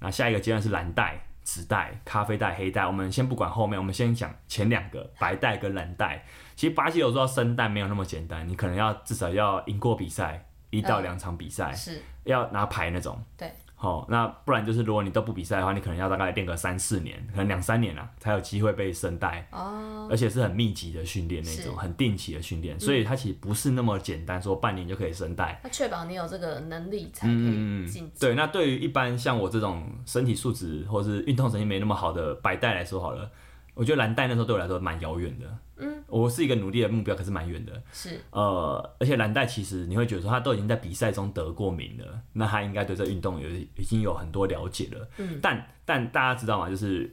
[SPEAKER 1] 那下一个阶段是蓝带、紫带、咖啡带、黑带。我们先不管后面，我们先讲前两个白带跟蓝带。其实巴西柔术要升带没有那么简单，你可能要至少要赢过比赛一到两场比赛，
[SPEAKER 2] 是
[SPEAKER 1] 要拿牌那种。
[SPEAKER 2] 对，
[SPEAKER 1] 好、那不然就是如果你都不比赛的话，你可能要大概练个三四年，可能两三年啊，才有机会被升带，
[SPEAKER 2] 哦，
[SPEAKER 1] 而且是很密集的训练那
[SPEAKER 2] 是嗯
[SPEAKER 1] 种，很定期的训练，所以它其实不是那么简单，说半年就可以升带。
[SPEAKER 2] 要确保你有这个能力
[SPEAKER 1] 嗯
[SPEAKER 2] 才可以进阶，
[SPEAKER 1] 对，那对于一般像我这种身体素质或是运动神经没那么好的白带来说，好了，我觉得蓝带那时候对我来说蛮遥远的。嗯，我是一个努力的目标，可是蛮远的。
[SPEAKER 2] 是
[SPEAKER 1] 呃，而且蓝带其实你会觉得说他都已经在比赛中得过名了，那他应该对这运动有已经有很多了解了。嗯，但但大家知道吗？就是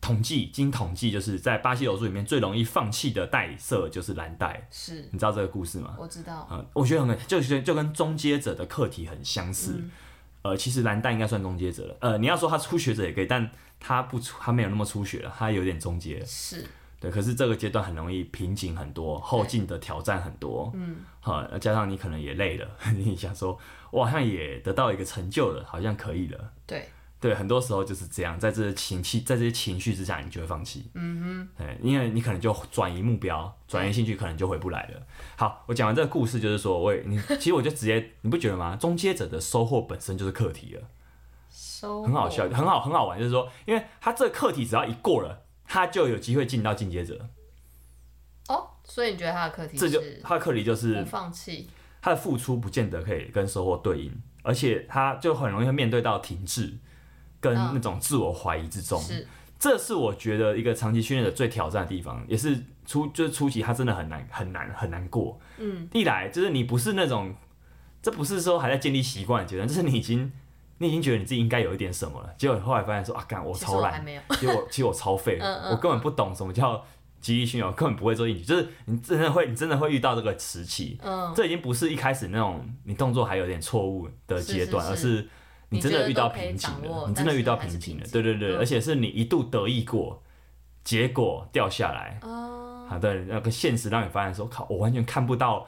[SPEAKER 1] 统计，经统计，就是在巴西柔术里面最容易放弃的带色就是蓝带。
[SPEAKER 2] 是，
[SPEAKER 1] 你知道这个故事吗？
[SPEAKER 2] 我知道，
[SPEAKER 1] 呃，我觉得很就是就跟终结者的课题很相似。呃，其实蓝带应该算终结者了。呃，你要说他初学者也可以，但他不出，他没有那么初学了，他有点终结了。
[SPEAKER 2] 是
[SPEAKER 1] 对，可是这个阶段很容易瓶颈很多，后劲的挑战很多，嗯，好，那加上你可能也累了， 你想说，我好像也得到一个成就了，好像可以了，
[SPEAKER 2] 对，
[SPEAKER 1] 对，很多时候就是这样，在这些情绪，在这些情绪之下，你就会放弃，嗯哼，对，因为你可能就转移目标，转移兴趣，可能就回不来了。好，我讲完这个故事，就是说，我也你其实我就直接，你不觉得吗？终结者的收获本身就是课题了。
[SPEAKER 2] 收
[SPEAKER 1] 很好笑，
[SPEAKER 2] 获
[SPEAKER 1] 很好，很好玩，就是说，因为他这个课题只要一过了，他就有机会进到进阶者，
[SPEAKER 2] 哦，所以你觉得他的课题
[SPEAKER 1] 这就是他的课题就是
[SPEAKER 2] 不放弃，
[SPEAKER 1] 他的付出不见得可以跟收获对应，而且他就很容易会面对到停滞跟
[SPEAKER 2] 嗯
[SPEAKER 1] 那种自我怀疑之中，
[SPEAKER 2] 是
[SPEAKER 1] 这是我觉得一个长期训练的最挑战的地方，也是初就是初期它真的很难很难很难过。嗯，一来就是你不是那种，这不是说还在建立习惯的阶段，就是你已经你已经觉得你自己应该有一点什么了，结果后来发现说啊，干我
[SPEAKER 2] 其实
[SPEAKER 1] 超
[SPEAKER 2] 我还
[SPEAKER 1] 懒，
[SPEAKER 2] 没有，
[SPEAKER 1] 其实我其实我超废，
[SPEAKER 2] 嗯嗯
[SPEAKER 1] 我根本不懂什么叫肌力训练，我根本不会做硬举，就是你真的会你真的会遇到这个时期，
[SPEAKER 2] 嗯，
[SPEAKER 1] 这已经不是一开始那种你动作还有点错误的阶段，
[SPEAKER 2] 是是
[SPEAKER 1] 而是你真的遇到瓶颈
[SPEAKER 2] 你觉得都可以掌
[SPEAKER 1] 了，
[SPEAKER 2] 握
[SPEAKER 1] 你真的遇到瓶颈了
[SPEAKER 2] 但，是
[SPEAKER 1] 对
[SPEAKER 2] 还是瓶颈
[SPEAKER 1] 对对，
[SPEAKER 2] 嗯
[SPEAKER 1] 而且是你一度得意过，结果掉下来，
[SPEAKER 2] 哦，
[SPEAKER 1] 好的那个现实让你发现说，靠，我完全看不到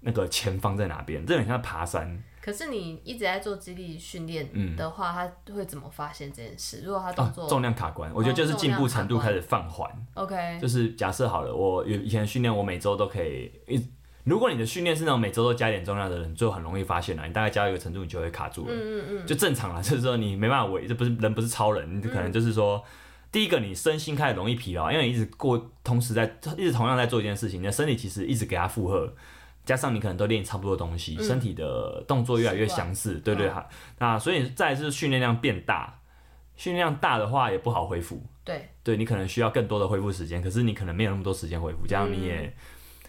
[SPEAKER 1] 那个前方在哪边，这很像爬山，
[SPEAKER 2] 可是你一直在做肌力训练的话，他会怎么发现这件事？如果他
[SPEAKER 1] 嗯
[SPEAKER 2] 动
[SPEAKER 1] 哦，
[SPEAKER 2] 作、
[SPEAKER 1] 重量卡关，我觉得就是进步程度开始放缓。
[SPEAKER 2] OK，
[SPEAKER 1] 就是假设好了，我以前训练我每周都可以一。如果你的训练是那种每周都加一点重量的人，就很容易发现了。你大概加到一个程度，你就会卡住了。嗯嗯嗯，就正常了。就是说你没办法维，这不是人不是超人，你可能就是说，第一个你身心开始容易疲劳，因为你一直过同时在一直同样在做一件事情，你的身体其实一直给它负荷，加上你可能都练差不多的东西，身体的动作越来越相似，对对哈。那所以再来就是训练量变大，训练量大的话也不好恢复，
[SPEAKER 2] 对，
[SPEAKER 1] 对你可能需要更多的恢复时间，可是你可能没有那么多时间恢复，这样你也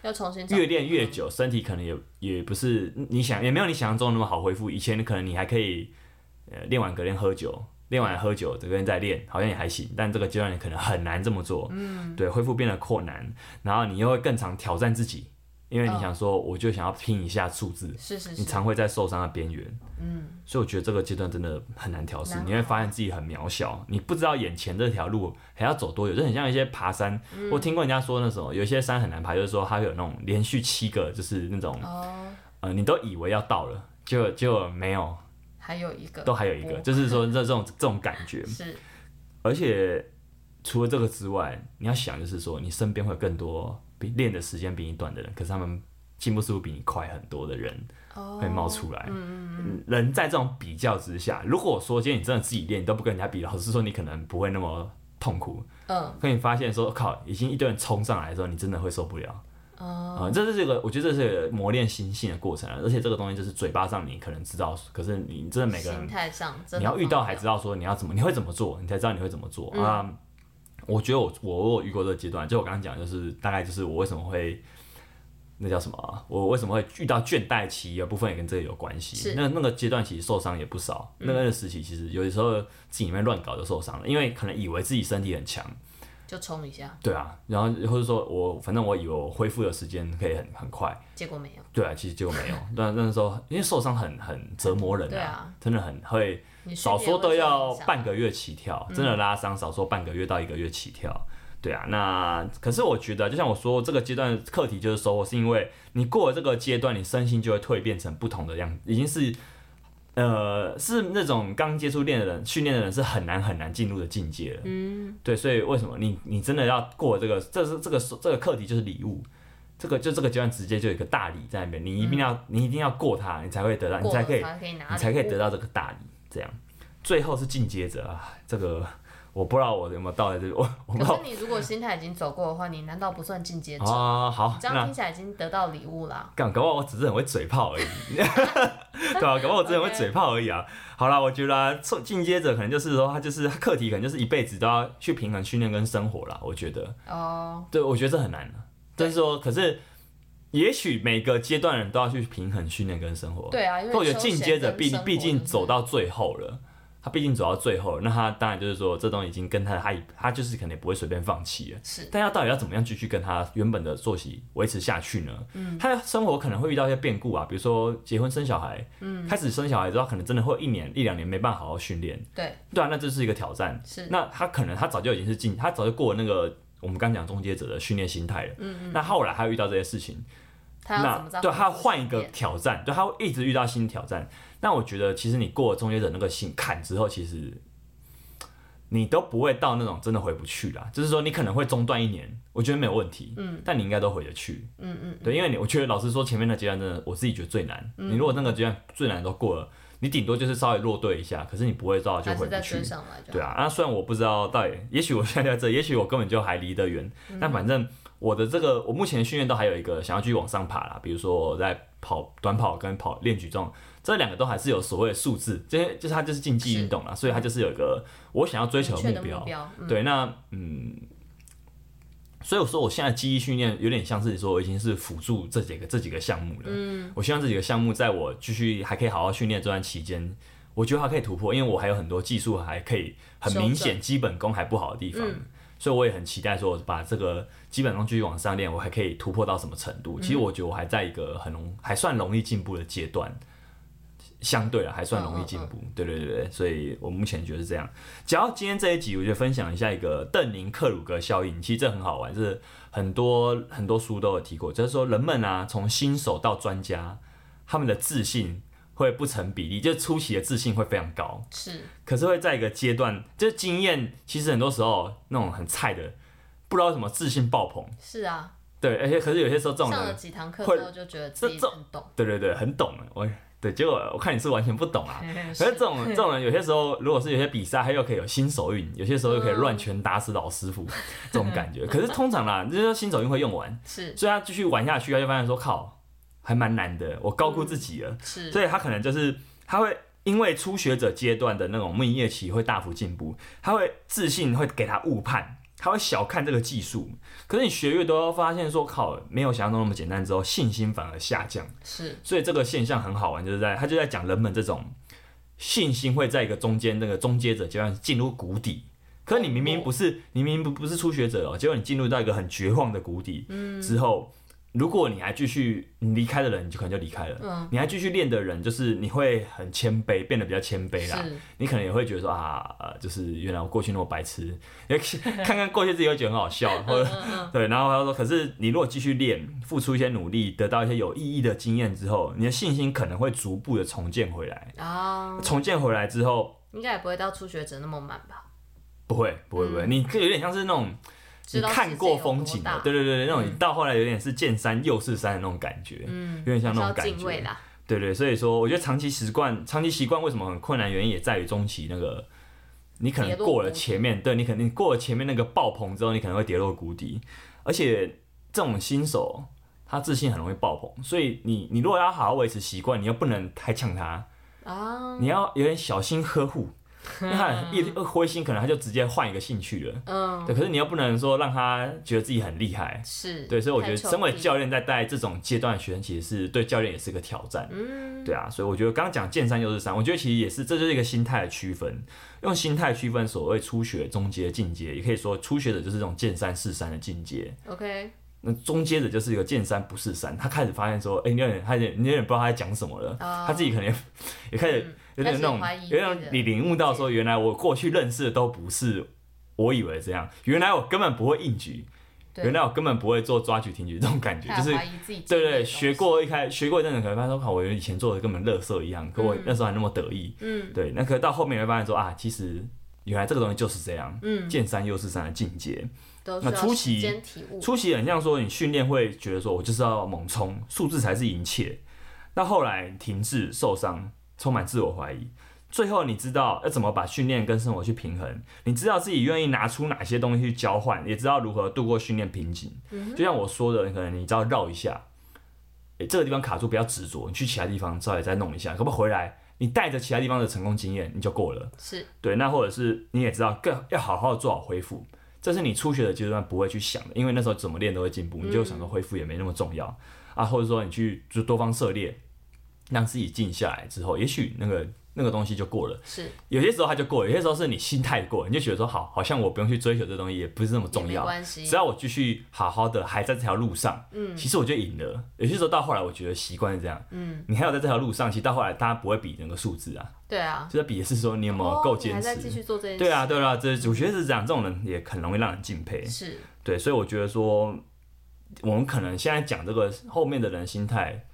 [SPEAKER 2] 要重新找
[SPEAKER 1] 越练越久，身体可能也也不是你想也没有你想象中那么好恢复。以前可能你还可以，呃，练完隔天喝酒，练完喝酒隔天再练，好像也还行，但这个阶段你可能很难这么做，嗯， 对，恢复变得困难，然后你又会更常挑战自己，因为你
[SPEAKER 2] 嗯
[SPEAKER 1] 想说，我就想要拼一下数字，
[SPEAKER 2] 是是
[SPEAKER 1] 你
[SPEAKER 2] 是，
[SPEAKER 1] 常会在受伤的边缘。嗯，所以我觉得这个阶段真的很难调试
[SPEAKER 2] 难，
[SPEAKER 1] 你会发现自己很渺小，你不知道眼前这条路还要走多久，就很像一些爬山。
[SPEAKER 2] 嗯
[SPEAKER 1] 我听过人家说那什么，有一些山很难爬，就是说它有那种连续七个，就是那种
[SPEAKER 2] 哦，
[SPEAKER 1] 呃，你都以为要到了，就就没有，
[SPEAKER 2] 还有一个
[SPEAKER 1] 都还有一个，
[SPEAKER 2] 我
[SPEAKER 1] 就是说这这种这种感觉。
[SPEAKER 2] 是
[SPEAKER 1] 而且除了这个之外，你要想就是说，你身边会有更多比练的时间比你短的人，可是他们进步速度比你快很多的人。
[SPEAKER 2] 哦，嗯
[SPEAKER 1] 会冒出来。人在这种比较之下，如果说今天你真的自己练，你都不跟人家比，老实说，你可能不会那么痛苦。
[SPEAKER 2] 嗯
[SPEAKER 1] 可你发现说，靠，已经一堆人冲上来的时候，你真的会受不了
[SPEAKER 2] 哦，
[SPEAKER 1] 啊、这是这个，我觉得这是磨练心性的过程啊，而且这个东西就是嘴巴上你可能知道，可是你真的每个人
[SPEAKER 2] 心态上真的
[SPEAKER 1] 你要遇到还
[SPEAKER 2] 放嗯
[SPEAKER 1] 知道说你要怎么，你会怎么做，你才知道你会怎么做啊、我觉得我我我有遇过这个阶段，就我刚刚讲，就是大概就是我为什么会那叫什么啊、我为什么会遇到倦怠期，有部分也跟这个有关系
[SPEAKER 2] 是。嗯
[SPEAKER 1] 那那个阶段其实受伤也不少，那个时期其实有的时候自己里面乱搞就受伤了，因为可能以为自己身体很强，
[SPEAKER 2] 不就冲一下，
[SPEAKER 1] 对啊，然后或者说我反正我以为我恢复的时间可以很很快，
[SPEAKER 2] 结果没有，
[SPEAKER 1] 对啊，其实结果没有。 那那时候因为受伤很很折磨人
[SPEAKER 2] 对啊
[SPEAKER 1] 真的很会。
[SPEAKER 2] 你
[SPEAKER 1] 少
[SPEAKER 2] 训练
[SPEAKER 1] 说
[SPEAKER 2] 会
[SPEAKER 1] 都
[SPEAKER 2] 受
[SPEAKER 1] 要
[SPEAKER 2] 影响嗯
[SPEAKER 1] 半个月起跳，真的拉伤少说半个月到一个月起跳。对啊，那可是我觉得，就像我说，这个阶段的课题就是收获，是因为你过了这个阶段，你身心就会蜕变成不同的样子，已经是，呃，是那种刚接触练的人、训练的人是很难很难进入的境界了。嗯，对，所以为什么你你真的要过这个，这是这个这个课题就是礼物，这个就这个阶段直接就有一个大礼在那边，你一定要、你一定要过它，你才会得到，你
[SPEAKER 2] 嗯过
[SPEAKER 1] 才
[SPEAKER 2] 了
[SPEAKER 1] 可以
[SPEAKER 2] 才可以拿礼物，
[SPEAKER 1] 你才可以得到这个大礼。这样，最后是进阶者啊，这个我不知道我有没有到在这里，我我不知
[SPEAKER 2] 可
[SPEAKER 1] 道
[SPEAKER 2] 是你如果心态已经走过的话，你难道不算进阶者？
[SPEAKER 1] 啊。好
[SPEAKER 2] 你，这样
[SPEAKER 1] 那
[SPEAKER 2] 听起来已经得到礼物啦。
[SPEAKER 1] 干，搞不好我只是很会嘴炮而已， 对啊，搞不好我只是很会
[SPEAKER 2] OK
[SPEAKER 1] 嘴炮而已啊。好啦，我觉得啊做进阶者可能就是说，他就是他课题，可能就是一辈子都要去平衡训练跟生活啦。我觉得，
[SPEAKER 2] 哦，
[SPEAKER 1] 对，我觉得这很难啊。但是说，可是也许每个阶段人都要去平衡训练跟生活，
[SPEAKER 2] 对啊，因为
[SPEAKER 1] 我觉得
[SPEAKER 2] 休闲
[SPEAKER 1] 进阶者
[SPEAKER 2] 跟
[SPEAKER 1] 毕
[SPEAKER 2] 生活
[SPEAKER 1] 毕竟
[SPEAKER 2] 就是
[SPEAKER 1] 走到最后了，他毕竟走到最后了，那他当然就是说这东西已经跟他他他就是肯定不会随便放弃了。
[SPEAKER 2] 是
[SPEAKER 1] 但要到底要怎么样继续跟他原本的作息维持下去呢？嗯，他的生活可能会遇到一些变故啊，比如说结婚生小孩，嗯，开始生小孩之后，可能真的会有一年一两年没办法好好训练，
[SPEAKER 2] 对
[SPEAKER 1] 对啊，那这是一个挑战。
[SPEAKER 2] 是
[SPEAKER 1] 那他可能他早就已经是进，他早就过了那个我们刚讲终结者的训练心态了，嗯嗯，那后来他遇到这些事情，
[SPEAKER 2] 他要怎么
[SPEAKER 1] 那
[SPEAKER 2] 着？
[SPEAKER 1] 对，他要换一个挑战，对，他会一直遇到新挑战。那我觉得，其实你过了终结者那个心坎之后，其实你都不会到那种真的回不去啦。就是说，你可能会中断一年，我觉得没有问题，嗯，但你应该都回得去，嗯嗯，对，因为你我觉得老实说，前面的阶段真的我自己觉得最难。
[SPEAKER 2] 嗯
[SPEAKER 1] 你如果那个阶段最难都过了，你顶多就是稍微落队一下，可是你不会到就
[SPEAKER 2] 还
[SPEAKER 1] 回
[SPEAKER 2] 是
[SPEAKER 1] 不
[SPEAKER 2] 在
[SPEAKER 1] 去
[SPEAKER 2] 追。上来就
[SPEAKER 1] 啊
[SPEAKER 2] 嗯
[SPEAKER 1] 对啊，那虽然我不知道到底，也许我现在在这，也许我根本就还离得远，但反正我的这个我目前训练都还有一个想要继续往上爬啦，比如说我在跑短跑跟跑练举重这两个都还是有所谓的数字，这些就是它就是竞技运动啦，所以它就是有一个我想要追求
[SPEAKER 2] 明确的
[SPEAKER 1] 目标
[SPEAKER 2] 目。标，嗯
[SPEAKER 1] 对，那嗯，所以我说我现在记忆训练有点像是说，我已经是辅助这几个这几个项目了。嗯，我希望这几个项目在我继续还可以好好训练这段期间，我觉得还可以突破，因为我还有很多技术还可以很明
[SPEAKER 2] 修嗯
[SPEAKER 1] 显基本功还不好的地方。所以我也很期待，说我把这个基本功继续往上练，我还可以突破到什么程度？其实我觉得我还在一个很容还算容易进步的阶段，相对啊还算容易进步。对对对对，所以我目前觉得是这样。只要今天这一集，我就分享一下一个邓宁克鲁格效应，其实这很好玩，是很多很多书都有提过，就是说人们啊，从新手到专家，他们的自信会不成比例，就是初期的自信会非常高，
[SPEAKER 2] 是
[SPEAKER 1] 可是会在一个阶段，就是经验，其实很多时候那种很菜的，不知道为什么自信爆棚，
[SPEAKER 2] 是啊，
[SPEAKER 1] 对，而且可是有些时候这种
[SPEAKER 2] 上了
[SPEAKER 1] 人，
[SPEAKER 2] 几堂课
[SPEAKER 1] 会
[SPEAKER 2] 之后就觉得自己
[SPEAKER 1] 这
[SPEAKER 2] 很懂，
[SPEAKER 1] 对对对，很懂，我对，结果我看你是完全不懂啊。 可是
[SPEAKER 2] 嗯是
[SPEAKER 1] 这种这种人，有些时候如果是有些比赛，他又可以有新手运，有些时候又可以乱拳打死老师傅，这种感觉。可是通常啦，就是新手运会用完，
[SPEAKER 2] 是
[SPEAKER 1] 所以他继续玩下去，他就发现说靠，还蛮难的，我高估自己了。
[SPEAKER 2] 是
[SPEAKER 1] 所以他可能就是他会因为初学者阶段的那种蜜月期会大幅进步，他会自信会给他误判，他会小看这个技术。可是你学越多，发现说靠，没有想象中那么简单之后，信心反而下降。
[SPEAKER 2] 是
[SPEAKER 1] 所以这个现象很好玩，就是在他就在讲人们这种信心会在一个中间那个中阶者阶段进入谷底。可是你明明不是，你明明不不是初学者哦，结果你进入到一个很绝望的谷底，之后，如果你还继续你离开的人，你就可能就离开了，
[SPEAKER 2] 嗯
[SPEAKER 1] 你还继续练的人，就是你会很谦卑，变得比较谦卑啦，
[SPEAKER 2] 是
[SPEAKER 1] 你可能也会觉得说啊，呃，就是原来我过去那么白痴， 也看看过去自己会觉得很好笑，
[SPEAKER 2] 嗯
[SPEAKER 1] 或者 对，然后他说，可是你如果继续练，付出一些努力，得到一些有意义的经验之后，你的信心可能会逐步的重建回来。
[SPEAKER 2] 啊，
[SPEAKER 1] 重建回来之后，
[SPEAKER 2] 应该也不会到初学者那么满吧？
[SPEAKER 1] 不会，不会，不会，你这有点像是那种
[SPEAKER 2] 嗯知
[SPEAKER 1] 你
[SPEAKER 2] 道世
[SPEAKER 1] 看
[SPEAKER 2] 界
[SPEAKER 1] 过
[SPEAKER 2] 有多
[SPEAKER 1] 风景
[SPEAKER 2] 大
[SPEAKER 1] 了，对对对，对那种你到后来有点是见山又是山的那种感觉，
[SPEAKER 2] 嗯，
[SPEAKER 1] 有点像
[SPEAKER 2] 还是
[SPEAKER 1] 那
[SPEAKER 2] 要
[SPEAKER 1] 种感
[SPEAKER 2] 敬
[SPEAKER 1] 觉
[SPEAKER 2] 畏。啦，
[SPEAKER 1] 对对，所以说我觉得长期习惯，长期习惯为什么很困难，原因也在于中期那个，你可能
[SPEAKER 2] 跌落
[SPEAKER 1] 过了
[SPEAKER 2] 谷底
[SPEAKER 1] 前面，对你肯定过了前面那个爆棚之后，你可能会跌落谷底，而且这种新手他自信很容易爆棚，所以你你如果要好好维持习惯，你又不能太呛他，
[SPEAKER 2] 啊，
[SPEAKER 1] 你要有点小心呵护，因为他很一一灰心，可能他就直接换一个兴趣了。
[SPEAKER 2] 嗯，
[SPEAKER 1] 对，可是你又不能说让他觉得自己很厉害，
[SPEAKER 2] 是
[SPEAKER 1] 对，所以我觉得
[SPEAKER 2] 太
[SPEAKER 1] 身为
[SPEAKER 2] 臭屁
[SPEAKER 1] 教练在带这种阶段的学生，其实是对教练也是个挑战。嗯，对啊，所以我觉得刚刚讲见山又是山，我觉得其实也是这就是一个心态的区分，用心态区分所谓初学、中阶、进阶，也可以说初学者就是这种见山是山的进阶，
[SPEAKER 2] OK
[SPEAKER 1] 那中阶者就是一个见山不是山，他开始发现说，哎、你有点，他有点，你有点不知道他在讲什么了，
[SPEAKER 2] 啊，
[SPEAKER 1] 他自己可能也也开始
[SPEAKER 2] 嗯
[SPEAKER 1] 有点那种
[SPEAKER 2] 开始怀疑，
[SPEAKER 1] 有点你领悟到说，原来我过去认识的都不是我以为这样，原来我根本不会硬举，
[SPEAKER 2] 对
[SPEAKER 1] 原来我根本不会做抓举、挺举这种感觉，
[SPEAKER 2] 他
[SPEAKER 1] 就是
[SPEAKER 2] 怀疑自
[SPEAKER 1] 对
[SPEAKER 2] 己经历的
[SPEAKER 1] 对，
[SPEAKER 2] 东
[SPEAKER 1] 学
[SPEAKER 2] 西
[SPEAKER 1] 过一开学过一阵子，可能发现说，靠，我以前做的根本垃圾一样，可我那时候还那么得意，
[SPEAKER 2] 嗯
[SPEAKER 1] 对，那可到后面会发现说啊，其实原来这个东西就是这样，
[SPEAKER 2] 嗯
[SPEAKER 1] 见山又是山的境界。
[SPEAKER 2] 都
[SPEAKER 1] 那
[SPEAKER 2] 需要
[SPEAKER 1] 初
[SPEAKER 2] 时
[SPEAKER 1] 期
[SPEAKER 2] 间体悟
[SPEAKER 1] 初期很像说你训练会觉得说我就是要猛冲，数字才是一切。到后来停滞、受伤，充满自我怀疑。最后你知道要怎么把训练跟生活去平衡，你知道自己愿意拿出哪些东西去交换，也知道如何度过训练瓶颈。就像我说的，可能你知道绕一下，诶、这个地方卡住，不要执着，你去其他地方稍微再弄一下，可不可以回来？你带着其他地方的成功经验，你就够了。
[SPEAKER 2] 是
[SPEAKER 1] 对，那或者是你也知道，更要好好做好恢复，这是你初学的阶段不会去想的，因为那时候怎么练都会进步，你就想
[SPEAKER 2] 嗯
[SPEAKER 1] 说恢复也没那么重要、啊，或者说你去就多方涉猎，让自己静下来之后，也许那个那个东西就过了。
[SPEAKER 2] 是
[SPEAKER 1] 有些时候它就过了，有些时候是你心态过了，你就觉得说好，好像我不用去追求这东西，也不是那么
[SPEAKER 2] 也
[SPEAKER 1] 重
[SPEAKER 2] 没
[SPEAKER 1] 要。
[SPEAKER 2] 关系
[SPEAKER 1] 只，要我继续好好的还在这条路上，嗯，其实我就赢了。有些时候到后来，我觉得习惯是这样，
[SPEAKER 2] 嗯，
[SPEAKER 1] 你还有在这条路上，其实到后来大家不会比那个数字啊，
[SPEAKER 2] 对啊，
[SPEAKER 1] 就是比的是说你有没
[SPEAKER 2] 哦
[SPEAKER 1] 有够
[SPEAKER 2] 你
[SPEAKER 1] 坚
[SPEAKER 2] 还
[SPEAKER 1] 持。
[SPEAKER 2] 在继续做这件事，
[SPEAKER 1] 对啊，对啊，这我觉得是这样，这种人也很容易让人敬佩。
[SPEAKER 2] 是
[SPEAKER 1] 对，所以我觉得说，我们可能现在讲这个后面的人心态，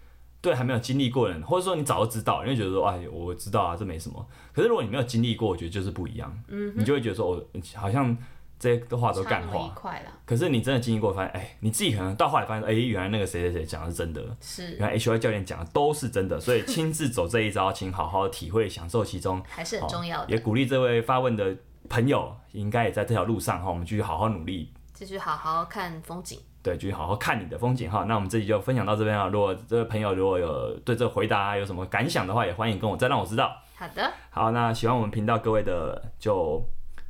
[SPEAKER 1] 对还没有经历过的人，或者说你早就知道，你就觉得说，哎，我知道啊，这没什么。可是如果你没有经历过，我觉得就是不一样，嗯，你就会觉得说，我好像这些话都
[SPEAKER 2] 差
[SPEAKER 1] 干
[SPEAKER 2] 那么一
[SPEAKER 1] 话。
[SPEAKER 2] 块啦，
[SPEAKER 1] 可是你真的经历过，发现，哎，你自己可能到后来发现，哎，原来那个谁谁谁讲的是真的，
[SPEAKER 2] 是
[SPEAKER 1] 原来 H Y 教练讲的都是真的，所以亲自走这一招，请好好体会、享受其中。
[SPEAKER 2] 还是
[SPEAKER 1] 好
[SPEAKER 2] 很重要的，
[SPEAKER 1] 也鼓励这位发问的朋友，应该也在这条路上哈，我们继续好好努力，
[SPEAKER 2] 继续好好看风景。
[SPEAKER 1] 对，就是好好看你的风景哈。那我们这集就分享到这边啊了。如果这位朋友如果有对这个回答有什么感想的话，也欢迎跟我再让我知道。
[SPEAKER 2] 好的，
[SPEAKER 1] 好，那喜欢我们频道各位的就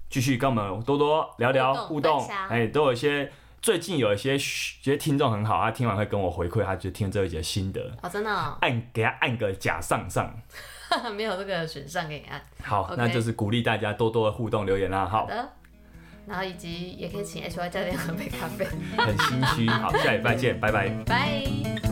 [SPEAKER 1] 继续跟我们多多聊聊
[SPEAKER 2] 互
[SPEAKER 1] 互
[SPEAKER 2] 动
[SPEAKER 1] 动
[SPEAKER 2] 分，享
[SPEAKER 1] 哎，都有一些最近有一些觉得听众很好，他听完会跟我回馈，他就听这一节心得，
[SPEAKER 2] 哦，真的、哦、
[SPEAKER 1] 按给他按个假上上。
[SPEAKER 2] 没有这个选项给你按。
[SPEAKER 1] 好
[SPEAKER 2] OK
[SPEAKER 1] 那就是鼓励大家多多的互动留言啦。
[SPEAKER 2] 好
[SPEAKER 1] 好，
[SPEAKER 2] 的，然后以及也可以请 H Y 教练喝杯咖啡。
[SPEAKER 1] 很心虚。好，下礼拜见，拜拜。
[SPEAKER 2] 拜。